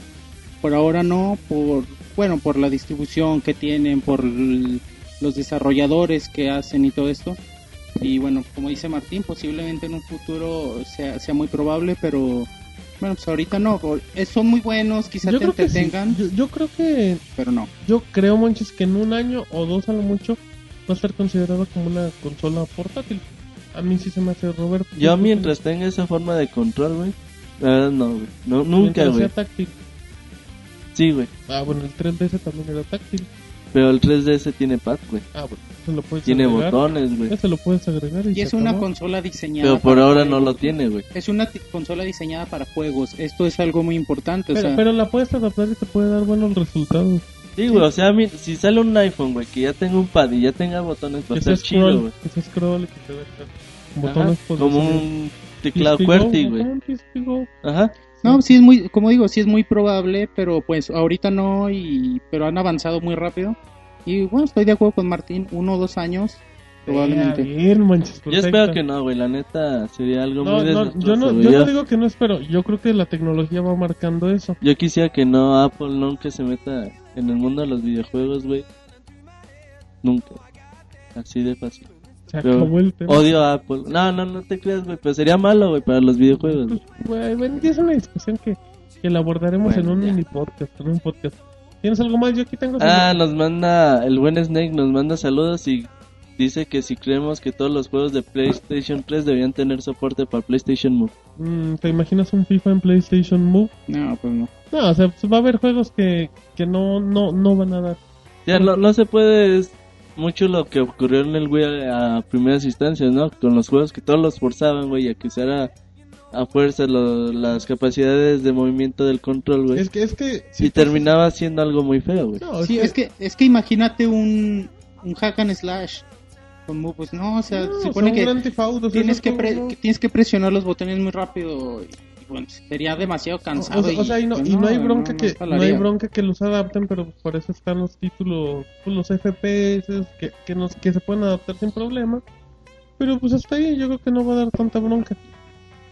S2: por ahora no, por, bueno, por la distribución que tienen, por l- los desarrolladores que hacen y todo esto. Y bueno, como dice Martín, posiblemente en un futuro sea, sea muy probable, pero bueno, pues ahorita no, por- eh, son muy buenos, quizás te
S4: que sí.
S2: entretengan,
S4: Yo, yo creo que,
S2: pero no.
S4: yo creo, Monchis, que en un año o dos a lo mucho va a ser considerado como una consola portátil. A mí sí se me hace Roberto.
S3: Yo mientras tenga esa forma de control, güey. La verdad no, güey. No, nunca,
S4: Mientras sea
S3: güey.
S4: táctil.
S3: Sí, güey.
S4: Ah, bueno, el 3DS también era táctil.
S3: Pero el 3DS tiene pad, güey.
S4: Ah, bueno, se lo puedes
S3: Tiene
S4: agregar.
S3: botones, güey.
S4: Ese lo puedes agregar y,
S2: Y
S4: se
S2: es una
S4: acabó.
S2: consola diseñada.
S3: Pero por
S2: para
S3: ahora no lo
S2: juegos.
S3: tiene, güey.
S2: Es una ti- consola diseñada para juegos. Esto es algo muy importante. o
S4: Pero,
S2: sea,
S4: pero la puedes adaptar y te puede dar buenos resultados.
S3: Sí, güey. O sea, mi- si sale un iPhone, güey, que ya tenga un pad y ya tenga botones, va a
S4: que sea
S3: estar chido,
S4: scroll, pues,
S3: güey.
S4: que sea scroll, que te dé acá
S3: Ajá,
S4: botones
S3: Como un teclado
S4: Pispigo,
S3: QWERTY,
S4: ajá,
S3: güey.
S4: un pispigo.
S3: Ajá.
S2: No, sí es muy, como digo, sí es muy probable, pero pues ahorita no, y, pero han avanzado muy rápido. Y bueno, estoy de acuerdo con Martín, uno o dos años, probablemente.
S4: Eh, a ver, manches,
S3: Yo espero que no, güey. La neta sería algo
S4: No,
S3: muy
S4: no, yo no,
S3: desastroso,
S4: yo
S3: güey.
S4: no
S3: Yo,
S4: digo que no espero. Yo creo que la tecnología va marcando eso.
S3: yo quisiera que no Apple nunca se meta en el mundo de los videojuegos, güey. Nunca. Así de fácil.
S4: Se
S3: Pero
S4: acabó el tema.
S3: Odio a Apple. No, no, no te creas, güey. Pero sería malo, güey, para los videojuegos.
S4: Pues,
S3: güey.
S4: Güey, bueno, ya es una discusión que, que la abordaremos
S3: Bueno,
S4: en un
S3: ya.
S4: mini podcast, en un podcast. ¿Tienes algo más? Yo aquí tengo.
S3: Ah, nos manda. El buen Snake nos manda saludos y dice que si creemos que todos los juegos de PlayStation 3 debían tener soporte para PlayStation Move.
S4: Mm, ¿Te imaginas un FIFA en PlayStation Move?
S2: No, pues no.
S4: No, o sea, pues va a haber juegos que, que no, no, no van a dar.
S3: Ya, no, no se puede es mucho lo que ocurrió en el Wii a, a primeras instancias, ¿no? Con los juegos que todos los forzaban, güey, a que usara a fuerza lo- las capacidades de movimiento del control, güey.
S4: Es que, es que
S3: Pues, y
S4: si
S3: terminaba siendo algo muy feo, güey.
S4: No,
S2: sí, es que, es que imagínate un, un hack and slash. Como, pues no, o sea,
S4: no,
S2: se supone
S4: son
S2: que
S4: un Grand Theft Auto, o sea,
S2: tienes
S4: esos
S2: que, pre-
S4: juegos no-
S2: que tienes que presionar los botones muy rápido. Y, y bueno, sería demasiado cansado.
S4: O, o sea- o sea, y no,
S2: pues,
S4: y no hay bronca
S2: no
S4: que no, hay
S2: jalaría.
S4: bronca que los adapten, pero por eso están los títulos, pues, los FPS que, que nos que se pueden adaptar sin problema. Pero pues hasta ahí yo creo que no va a dar tanta bronca.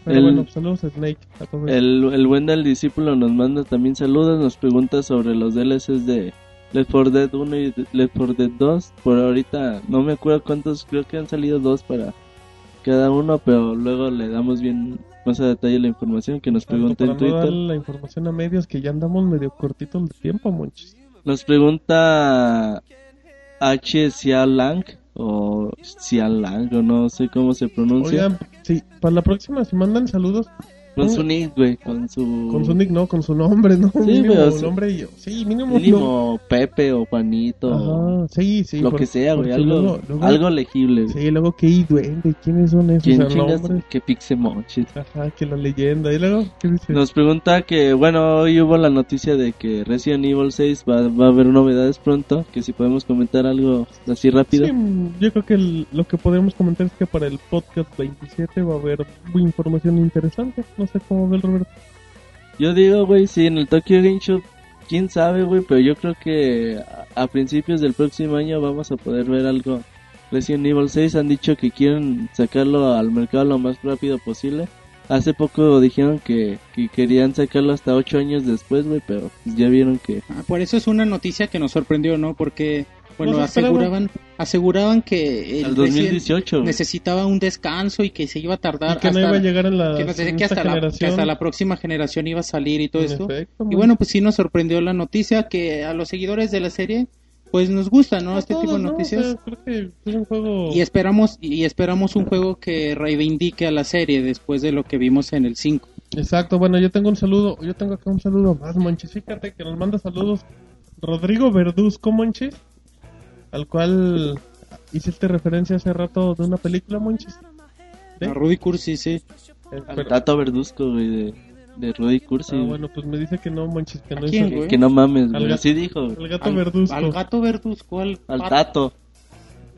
S4: Pero
S3: El-
S4: bueno, pues, saludos a Snake. a todos.
S3: El, el buen del discípulo nos manda también saludos, nos pregunta sobre los DLCs de Left 4 Dead 1 y de- Left 4 Dead 2. Por ahorita no me acuerdo cuántos, creo que han salido dos para cada uno, pero luego le damos bien más a detalle la información que nos
S4: Tanto
S3: pregunta en
S4: para Ah, no dar
S3: Twitter.
S4: la información a medios que ya andamos medio cortitos de tiempo, monches.
S3: Nos pregunta H. Lang o Lang o no sé cómo se pronuncia.
S4: Oigan, sí, para la próxima si mandan saludos
S3: con su nick, güey, con su,
S4: con su nick, no, con su nombre, no, mínimo
S3: pero Mm. sí.
S4: nombre y yo. Sí, mínimo,
S3: mínimo Pepe o Juanito.
S4: Ajá, sí, sí,
S3: lo
S4: por-
S3: que sea, güey,
S4: porque
S3: algo,
S4: luego- luego-
S3: algo legible. güey.
S4: Sí, luego que y duende, ¿quiénes son esos?
S3: ¿Quién
S4: O sea,
S3: chingas
S4: nombres.
S3: que Pixemonchis?
S4: Ajá, que la leyenda. Y luego, ¿qué dice?
S3: Nos pregunta que, bueno, hoy hubo la noticia de que Resident Evil 6 va, va a haber novedades pronto, que si podemos comentar algo así rápido.
S4: Sí, mm, yo creo que el- lo que podemos comentar es que para el podcast 27 va a haber información interesante. No sé cómo ve el Roberto.
S3: Yo digo, güey, sí, en el Tokyo Game Show, quién sabe, güey, pero yo creo que a, a principios del próximo año vamos a poder ver algo. Resident Evil 6 han dicho que quieren sacarlo al mercado lo más rápido posible. Hace poco dijeron que, que querían sacarlo hasta 8 años después, güey, pero pues, ya vieron que...
S2: Ah, por eso es una noticia que nos sorprendió, ¿no? Porque, bueno,
S4: Nos esperaba.
S2: aseguraban, aseguraban que el
S3: Al
S2: Resident
S3: 2018, güey.
S2: necesitaba un descanso y que se iba a tardar
S4: Y que no
S2: hasta-
S4: iba a llegar en la
S2: que nos decían
S4: en
S2: que
S4: esta
S2: hasta, la, que
S4: generación.
S2: hasta la próxima generación iba a salir y todo
S4: En
S2: esto.
S4: efecto,
S2: Y
S4: man.
S2: bueno, pues sí nos sorprendió la noticia que a los seguidores de la serie, pues nos gusta, ¿no?
S4: A
S2: Este tipo
S4: todos,
S2: de
S4: ¿no?
S2: noticias.
S4: O sea, creo que es un juego.
S2: Y esperamos y esperamos un juego que reivindique a la serie después de lo que vimos en el 5.
S4: Exacto, bueno, yo tengo un saludo. Yo tengo acá un saludo más, monches. Fíjate que nos manda saludos Rodrigo Verduzco, monches. Al cual hiciste referencia hace rato de una película, monches. ¿Sí?
S2: A Rudy Cursi, sí.
S4: Eh,
S3: Al
S4: pero-
S3: Tato Verduzco, güey, de, de Rudy Cursi.
S4: Ah,
S3: güey.
S4: bueno, pues me dice que no, manches, que
S2: ¿A
S4: no es
S2: quién,
S4: el,
S2: güey?
S3: Que no mames,
S4: Al
S3: güey.
S4: gato.
S3: Así dijo, güey.
S4: el gato pues,
S2: Al-
S4: verduzco.
S2: Al gato verduzco, al,
S4: Ah.
S3: Al Tato.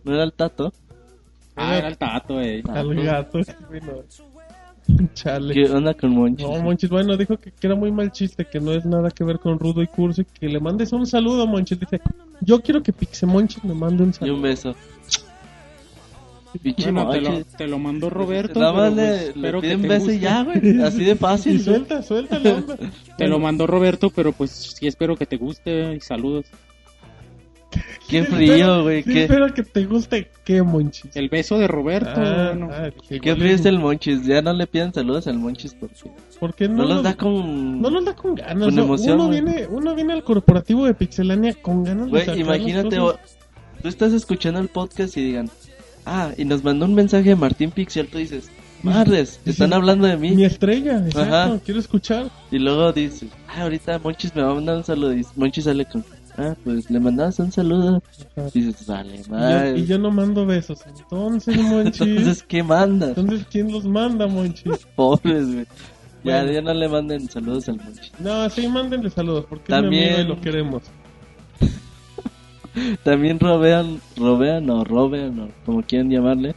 S3: ¿No era el Tato?
S2: Ah, era el tato, eh.
S4: Al gato. Bueno, Chale.
S3: ¿Qué onda con Monchi?
S4: No, Monchis, bueno, dijo que, que era muy mal chiste, que no es nada que ver con Rudo y Cursi, que le mandes un saludo, Monchis. Dice, yo quiero que Pixemonchis me mande
S3: y
S4: un
S3: un
S4: saludo.
S3: beso. Pinche
S2: Bueno, te
S3: Monchi.
S2: lo, te lo mandó Roberto.
S3: Nada
S2: pero,
S3: más le-
S2: pues,
S3: le,
S2: espero que
S3: piden
S2: te
S3: beso y
S2: guste.
S3: ya, güey. Así de fácil.
S4: Y suelta, suelta la onda.
S2: Te lo mandó Roberto, pero pues sí espero que te guste. y Saludos.
S3: Qué frío, güey.
S4: Sí,
S3: Qué,
S4: espero que te guste, ¿qué, Monchis?
S2: El beso de Roberto.
S4: Ah,
S2: bueno.
S4: dije,
S3: qué
S4: igual
S3: frío
S4: es-
S3: es el Monchis. Ya no le piden saludos al Monchis porque
S4: ¿Por qué no?
S3: no, los
S4: lo-
S3: da con...
S4: No nos da con ganas.
S3: Con
S4: ¿no?
S3: emoción,
S4: uno,
S3: güey.
S4: viene, uno viene al corporativo de Pixelania con ganas de
S3: Güey,
S4: sacar
S3: imagínate,
S4: las cosas.
S3: o- tú estás escuchando el podcast y digan... Ah, y nos mandó un mensaje de Martín Pixel. Tú dices... Madres, están hablando de mí.
S4: Mi estrella, exacto.
S3: Ajá.
S4: Quiero escuchar.
S3: Y luego dices, ah, ahorita Monchis me va a mandar un saludo. Y Monchis sale con, ah, pues le mandabas un saludo.
S4: Ajá.
S3: Y dices, vale,
S4: Y yo-
S3: madre.
S4: y yo no mando besos. Entonces, Monchis.
S3: Entonces,
S4: Entonces,
S3: ¿qué mandas?
S4: ¿quién los manda, Monchis?
S3: Pobres, güey. Ya,
S4: Bueno.
S3: ya no le manden saludos al Monchis.
S4: No, sí, mándenle saludos. Porque
S3: También-
S4: es mi amigo y lo queremos.
S3: También Robean, Robean o Robean o como quieran llamarle,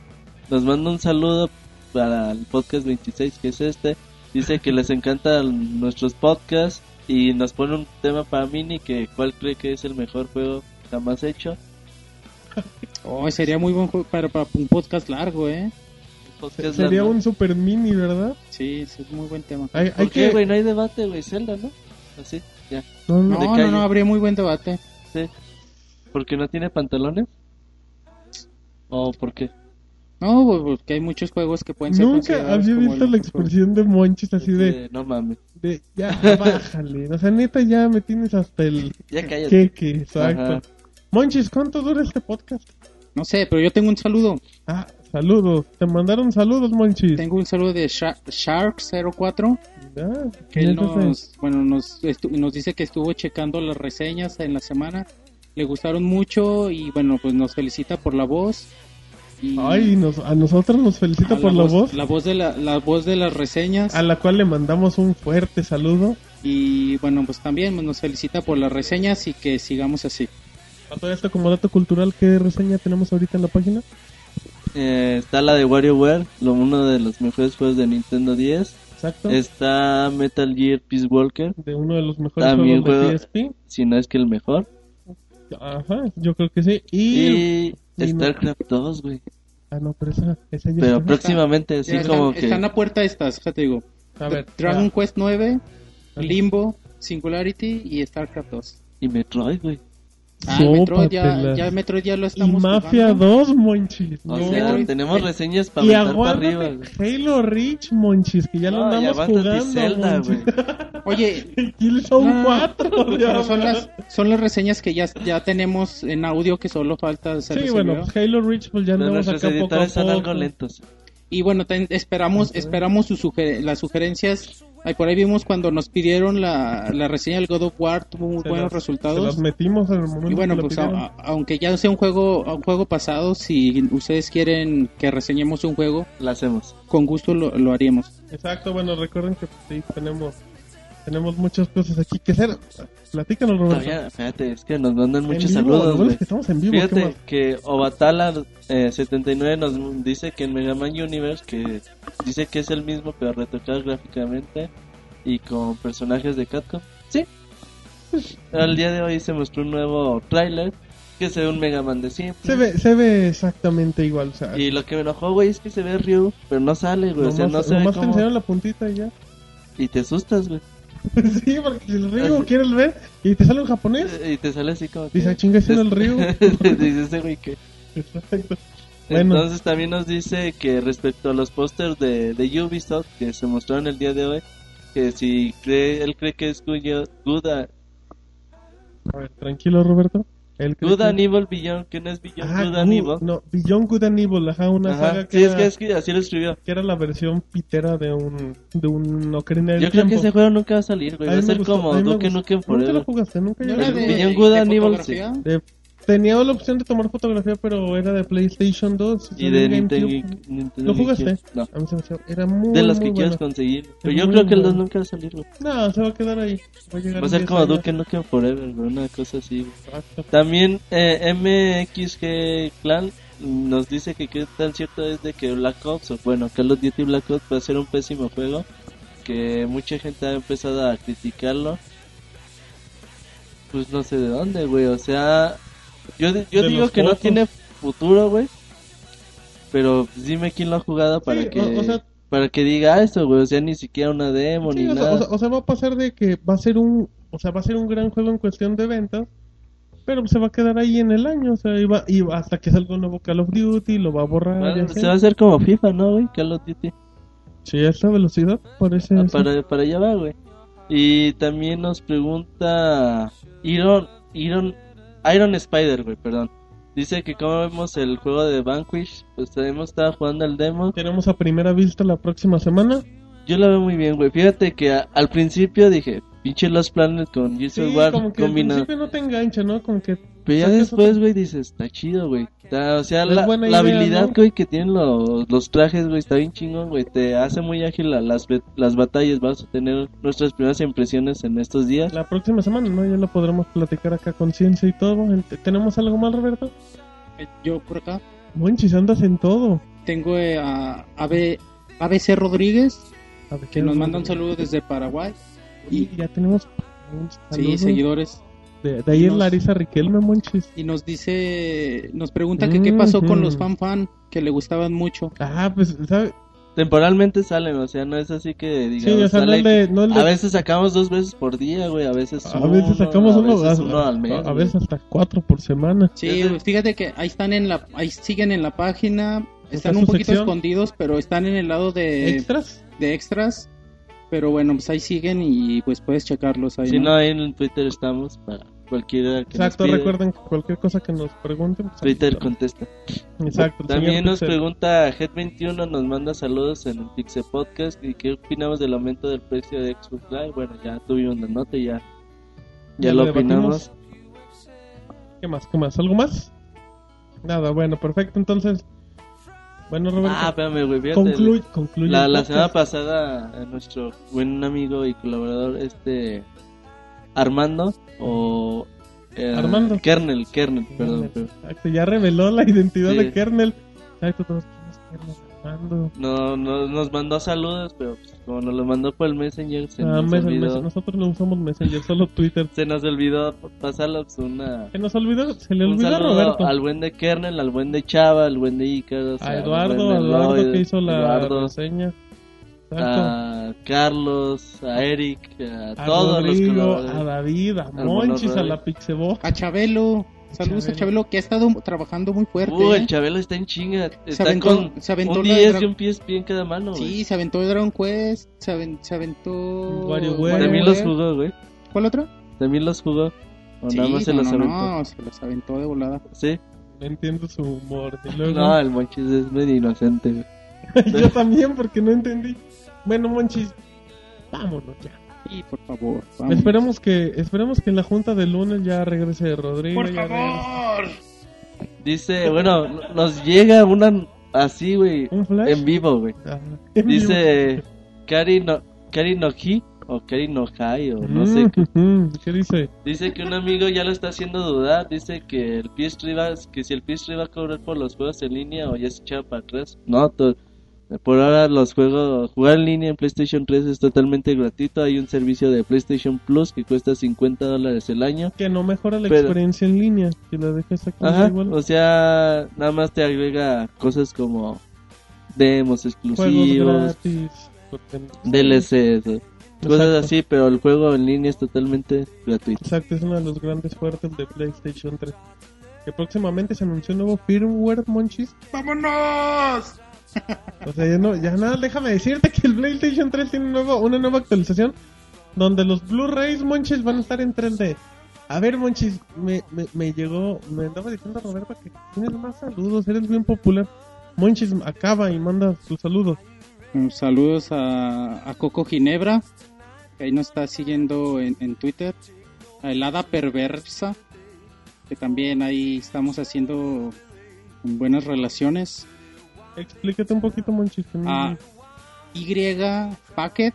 S3: nos manda un saludo para el podcast 26 que es este. Dice que les encantan nuestros podcasts y nos pone un tema para Mini que cuál cree que es el mejor juego jamás hecho.
S2: Oh, sería muy buen juego para, para un podcast largo, ¿eh?
S3: Podcast
S4: Sería
S3: largo.
S4: un super mini, ¿verdad?
S2: Sí, sí, es muy buen tema.
S4: Hay, hay
S3: ¿Por qué,
S4: que.
S3: güey? No hay debate, güey. Zelda, ¿no? Así, ya.
S4: No, no,
S2: No,
S3: de
S2: no,
S3: calle.
S2: no, habría muy buen debate.
S3: Sí. ¿Porque no tiene pantalones? ¿O por qué?
S2: No, pues, porque hay muchos juegos que pueden ser
S4: Nunca
S2: considerados
S4: había
S2: como
S4: visto
S2: el-
S4: la expresión de Monchis así de,
S3: Eh, No mames.
S4: de. Ya, bájale. O sea, neta, ya me tienes hasta el
S3: Ya cállate.
S4: queque. Exacto.
S3: Ajá.
S4: Monchis, ¿cuánto dura este podcast?
S2: No sé, pero yo tengo un saludo.
S4: Ah, saludos. Te mandaron saludos, Monchis.
S2: Tengo un saludo de Sha- Shark04,
S4: Ah,
S2: que él
S4: ya te sé.
S2: nos, bueno, nos, estu- nos dice que estuvo checando las reseñas en la semana le gustaron mucho y bueno, pues nos felicita por la voz. y
S4: Ay, nos- a nosotros nos felicita
S2: a
S4: por la voz,
S2: La voz de, la, la voz de las reseñas.
S4: a la cual le mandamos un fuerte saludo.
S2: Y bueno, pues también nos felicita por las reseñas y que sigamos así.
S4: A todo esto como dato cultural, ¿qué reseña tenemos ahorita en la página?
S3: Eh, está la de WarioWare, lo, uno de los mejores juegos de Nintendo 10.
S4: Exacto.
S3: Está Metal Gear Peace Walker,
S4: de uno de los mejores
S3: También juego-
S4: juegos de
S3: si no es que el mejor.
S4: PSP. Ajá, yo creo que sí. Y...
S3: Y
S4: y no-
S3: StarCraft 2, güey.
S4: Ah, no, pero esa, esa ya
S3: Pero
S4: está.
S3: próximamente,
S2: Ya
S3: así
S2: están,
S3: como
S2: están
S3: que.
S2: a puerta estas, ya te digo.
S4: A ver,
S2: Dragon Quest 9,
S4: Ajá.
S2: Limbo, Singularity y StarCraft 2.
S3: Y Metroid, güey.
S2: Ah, el Metroid ya,
S4: Sópatelas.
S2: ya, Metroid ya lo
S4: y
S2: estamos
S4: Mafia
S2: jugando.
S4: 2, monchis.
S3: O
S4: No.
S3: sea,
S2: Metroid.
S3: tenemos reseñas para
S4: Y
S3: aventar para arriba,
S4: aguárdate
S3: güey.
S4: Halo Reach, monchis, que ya lo
S3: No, y
S4: andamos
S3: aguántate
S4: jugando.
S3: Zelda,
S4: monchis.
S3: güey.
S2: Oye,
S4: Killzone
S2: No,
S4: 4.
S2: Ah, pero
S4: diablo.
S2: son las, son las reseñas que ya, ya tenemos en audio que solo falta
S4: Sí,
S2: ser recibido.
S4: bueno, pues Halo Reach, pues ya andamos
S3: Nuestros
S4: acá poco a
S3: editores son algo
S4: poco.
S3: lentos.
S2: Y bueno, ten- esperamos esperamos sus suger- las sugerencias. Ay, por ahí vimos cuando nos pidieron la, la reseña del God of War, tuvo muy
S4: Se
S2: buenos
S4: las- Se
S2: resultados.
S4: las metimos en el momento.
S2: Y bueno,
S4: que la
S2: pues
S4: pidieron.
S2: a- a- aunque ya sea un juego un juego pasado, si ustedes quieren que reseñemos un juego,
S3: La hacemos.
S2: con gusto lo, lo haríamos.
S4: Exacto, bueno, recuerden que pues, sí, tenemos, tenemos muchas cosas aquí que hacer. Platícanos, Roberto.
S3: Todavía, fíjate, es que nos mandan
S4: En
S3: muchos
S4: vivo,
S3: saludos,
S4: lo bueno es
S3: güey.
S4: que estamos en vivo. ¿qué
S3: Fíjate
S4: más?
S3: que eh, Obatala79 nos dice que en Mega Man Universe, que dice que es el mismo, pero retocado gráficamente y con personajes de Capcom. Sí. Al día de hoy se mostró un nuevo tráiler que se ve un Mega Man de siempre.
S4: Se ve, se ve exactamente igual, o sea,
S3: Y lo que me enojó, güey, es que se ve Ryu, pero no sale, güey. O sea, no
S4: nomás,
S3: se ve
S4: nomás te
S3: cómo-
S4: enseñaron la puntita y ya.
S3: Y te asustas, güey.
S4: sí, porque el río quieres ver y te sale un japonés.
S3: Y te sale así como. que-
S4: Dice, "Ah, chinga, es en el río.
S3: Dice ese güey que.
S4: Exacto. Bueno.
S3: Entonces también nos dice que respecto a los pósters de, de Ubisoft que se mostraron el día de hoy, que si cree, él cree que es Good, Good, a-
S4: A ver, tranquilo, Roberto. El
S3: Good and Evil Beyond, que no es Beyond
S4: Ajá,
S3: Good and
S4: Ah, Gu-
S3: Evil.
S4: No, Beyond Good and Evil, ajá, una
S3: Ajá.
S4: saga que,
S3: Sí, es
S4: era,
S3: que, es que así lo escribió.
S4: que era la versión pitera de un, de un Ocarina del
S3: Yo creo
S4: Tiempo.
S3: que ese juego nunca va a salir, güey.
S4: A
S3: Va
S4: mí
S3: a
S4: me
S3: ser
S4: gustó,
S3: como
S4: a mí me
S3: Duke
S4: gustó.
S3: Nukem
S4: Nunca lo
S3: Forever.
S4: jugaste, nunca
S2: ¿No
S4: yo
S2: era
S4: lo
S3: El
S2: de-
S4: jugué.
S3: Beyond Good
S2: de
S3: and Evil,
S2: fotografía?
S4: Eh, Tenía la opción de tomar fotografía, pero era de PlayStation 2.
S3: Y de
S4: Game
S3: Nintendo,
S4: Cube.
S3: Nintendo
S4: ¿Lo jugaste?
S3: GameCube. No.
S4: A mí se me hacía- era muy,
S3: De los
S4: muy
S3: que quieras
S4: bueno.
S3: conseguir. Pero
S4: Es
S3: yo
S4: muy
S3: creo que el
S4: bueno.
S3: 2 nunca va a salir, güey.
S4: No, se va a quedar ahí. Va a, llegar
S3: Va a ser
S4: 10
S3: como
S4: años.
S3: Duke Nukem Forever, güey. Una cosa así, güey.
S4: Exacto.
S3: También eh, MXG Clan nos dice que qué tan cierto es de que Black Ops, o bueno, Call of Duty Black Ops va a ser un pésimo juego, que mucha gente ha empezado a criticarlo. Pues no sé de dónde, güey, o sea, yo, di- yo
S4: De
S3: digo
S4: los
S3: que no
S4: juegos.
S3: tiene futuro, güey. Pero pues, dime quién lo ha jugado para
S4: Sí, o-
S3: que
S4: o sea-
S3: para que diga eso, güey, o sea, ni siquiera una demo
S4: Sí,
S3: ni
S4: o, sea,
S3: nada.
S4: o sea- o sea, va a pasar de que va a ser un, o sea, va a ser un gran juego en cuestión de ventas, pero se va a quedar ahí en el año, o sea, y va- y va- hasta que salga un nuevo Call of Duty, lo va a borrar.
S3: Bueno,
S4: y así.
S3: se va a hacer como FIFA, ¿no, güey? Call of Duty.
S4: Sí, a esta velocidad parece.
S3: Ah,
S4: eso.
S3: para, para allá va, güey. Y también nos pregunta Iron, Iron, Iron Spider, güey, perdón. Dice que como vemos el juego de Vanquish, pues hemos estado jugando al demo.
S4: Tenemos a primera vista la próxima semana.
S3: Yo lo veo muy bien, güey. Fíjate que a- al principio dije, pinche Los Planet con
S4: Sí,
S3: Jesus War
S4: como que al
S3: combinado.
S4: principio no te engancha, ¿no? Como que
S3: Pero ya
S4: sacas
S3: después, güey, dices, está chido, güey. Está- o sea,
S4: Es
S3: la,
S4: buena
S3: la
S4: idea,
S3: habilidad,
S4: ¿no?
S3: güey, que tienen los, los trajes, güey, está bien chingón, güey. Te hace muy ágil a las, be- las batallas. Vamos a tener nuestras primeras impresiones en estos días.
S4: la próxima semana, ¿no? Ya lo podremos platicar acá con ciencia y todo. Ent- ¿Tenemos algo más, Roberto?
S2: Eh, Yo por acá
S4: Monchis, andas en todo.
S2: tengo eh, a AB, ABC Rodríguez,
S4: A ver,
S2: que nos manda un saludo desde Paraguay.
S4: Y ya tenemos un
S2: Sí,
S4: saludo.
S2: seguidores.
S4: De, de ahí es
S2: Nos-
S4: Larisa Riquelme, monchis.
S2: Y nos dice, nos pregunta que qué
S4: Mm,
S2: pasó con los fan fan, que le gustaban mucho.
S4: Ah, pues, ¿sabes?
S3: Temporalmente salen, o sea, no es así que
S4: Sí,
S3: digamos.
S4: o sea, no
S3: sale-
S4: el de... No el de-
S3: A veces sacamos dos veces por día, güey. A veces
S4: a veces sacamos
S3: a
S4: uno,
S3: veces
S4: a-
S3: uno al mes.
S4: a
S3: güey.
S4: veces hasta cuatro por semana.
S2: Sí,
S3: Desde-
S2: fíjate que ahí están en la, ahí siguen en la página, están
S4: su
S2: un poquito
S4: sección.
S2: escondidos, pero están en el lado de,
S4: ¿Extras?
S2: de extras. Pero bueno, pues ahí siguen y pues puedes checarlos ahí.
S3: Si
S2: ¿no?
S3: no, ahí en Twitter estamos para cualquiera que nos
S4: Exacto,
S3: pida.
S4: recuerden que cualquier cosa que nos pregunten. pues,
S3: Twitter
S4: ahí
S3: contesta.
S4: está. Exacto. el
S3: También
S4: señor
S3: nos
S4: Pixel.
S3: pregunta Head21, nos manda saludos en el Pixel Podcast. ¿Y qué opinamos del aumento del precio de Xbox Live? Bueno, ya tuvimos la nota, ya, ya
S4: Ya
S3: lo
S4: lo
S3: opinamos.
S4: debatimos. ¿Qué ¿Qué más? ¿Qué más? ¿Algo más? Nada, bueno, perfecto. Entonces, bueno, Roberto,
S3: Ah, espérame, güey. fíjate,
S4: concluye. concluye
S3: La,
S4: el
S3: la
S4: podcast.
S3: semana pasada, eh, nuestro buen amigo y colaborador, este Armando, o eh,
S4: Armando.
S3: Kernel, Kernel, perdón. pero-
S4: Exacto, ya reveló la identidad
S3: Sí.
S4: de Kernel. Exacto, todos, ¿quién es Kernel? Armando.
S3: no, no- nos mandó saludos, pero pues, como nos lo mandó por el Messenger, se,
S4: Ah,
S3: nos,
S4: mes- mes-
S3: olvidó,
S4: nosotros no usamos Messenger, solo Twitter.
S3: se nos olvidó pasarlo pues, una,
S4: Se nos olvidó, se le
S3: un
S4: olvidó a
S3: saludo
S4: Roberto.
S3: Pues al buen de Kernel, al buen de Chava, al buen de Ícaro,
S4: A Eduardo, a Eduardo que hizo la reseña.
S3: Ah,
S4: Exacto.
S3: a Carlos, a Eric, a,
S4: A,
S3: todos los
S4: Rodrigo,
S3: colaboradores.
S4: a David, a
S3: Al
S4: Monchis, a
S3: Monorroy.
S4: la Pixebo.
S2: A Chabelo. Saludos
S4: Chabelo.
S2: a Chabelo, que ha estado trabajando muy fuerte.
S3: Uh,
S2: ¿eh?
S3: el Chabelo está en chinga. Está
S2: aventó-
S3: con
S2: se aventó
S3: un
S2: la
S3: 10
S2: dra-
S3: y un pie, pie en cada mano, güey.
S2: Sí, se aventó Dragon Quest, se, aven- se aventó...
S4: WarioWare.
S3: También
S4: güey.
S3: los jugó, güey.
S2: ¿Cuál otro?
S3: También los jugó. O nada más se
S2: no,
S3: los
S2: no,
S3: aventó.
S2: no, se los aventó de volada.
S3: Sí.
S4: No entiendo su humor. Y luego-
S3: No, el Monchis es medio inocente, güey.
S4: Yo también, porque no entendí. Bueno, Monchis, vámonos ya.
S2: Sí, por favor, vamos.
S4: Esperemos que esperemos que en la junta del lunes ya regrese Rodrigo.
S2: Por
S4: ya regrese-
S2: favor.
S3: Dice, bueno, no- nos llega una así, güey.
S4: ¿Un flash?
S3: En vivo, güey.
S4: Ah, en vivo.
S3: Dice, Kari no, Kari Noji o Kari Nojai o no sé
S4: Mm,
S3: qué.
S4: mm, ¿Qué dice?
S3: Dice que un amigo ya lo está haciendo dudar. Dice que el PS3 va, que si el PS3 va a cobrar por los juegos en línea o ya se echaba para atrás. No, to- por ahora los juegos, jugar en línea en PlayStation 3 es totalmente gratuito. Hay un servicio de PlayStation Plus que cuesta 50 dólares el año.
S4: Que no mejora la
S3: Pero-
S4: experiencia en línea, que la deja exactamente
S3: Ajá,
S4: Ah,
S3: pues,
S4: igual.
S3: o sea, nada más te agrega cosas como demos
S4: Juegos
S3: exclusivos,
S4: gratis. contenido.
S3: DLCs, o
S4: Exacto.
S3: cosas así, pero el juego en línea es totalmente gratuito.
S4: Exacto, es uno de los grandes fuertes de PlayStation 3. Que próximamente se anunció un nuevo firmware, Monchis.
S2: ¡Vámonos!
S4: O sea, ya, no, ya nada, déjame decirte que el PlayStation 3 tiene un nuevo- una nueva actualización donde los Blu-rays, Monchis, van a estar en 3D. A ver, Monchis, me, me, me llegó, me andaba diciendo Roberto que tienes más saludos, eres bien popular. Monchis acaba y manda sus saludos.
S2: Mm, Saludos a, a Coco Ginebra, que ahí nos está siguiendo en, en Twitter. A Helada Perversa, que también ahí estamos haciendo buenas relaciones.
S4: Explícate un poquito, Monchis. que no-
S2: A Y Packet,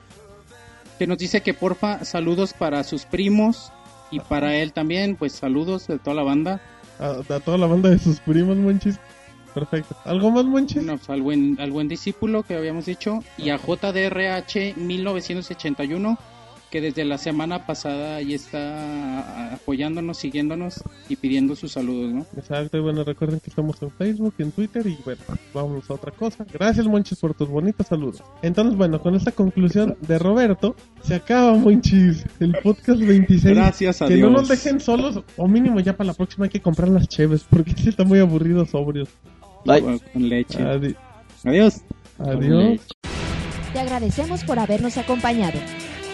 S2: que nos dice que porfa, saludos para sus primos y para él también, pues saludos de toda la banda.
S4: a, a toda la banda de sus primos, Monchis. Perfecto. ¿Algo más, Monchis?
S2: Bueno, pues, al, buen, al buen discípulo que habíamos dicho y a JDRH 1981 que desde la semana pasada ahí está a- apoyándonos, siguiéndonos y pidiendo sus saludos, ¿no?
S4: Exacto, y bueno, recuerden que estamos en Facebook, en Twitter y bueno, vamos a otra cosa. Gracias, Monchis, por tus bonitos saludos. Entonces, bueno, con esta conclusión de Roberto, se acaba, Monchis, el podcast 26.
S2: Gracias a
S4: Que
S2: Dios.
S4: no nos dejen solos, o mínimo ya para la próxima hay que comprar las cheves, porque sí están muy aburridos, sobrios.
S3: Bye.
S2: Con leche.
S4: Adi-
S2: Adiós.
S4: adiós.
S1: Te agradecemos por habernos acompañado.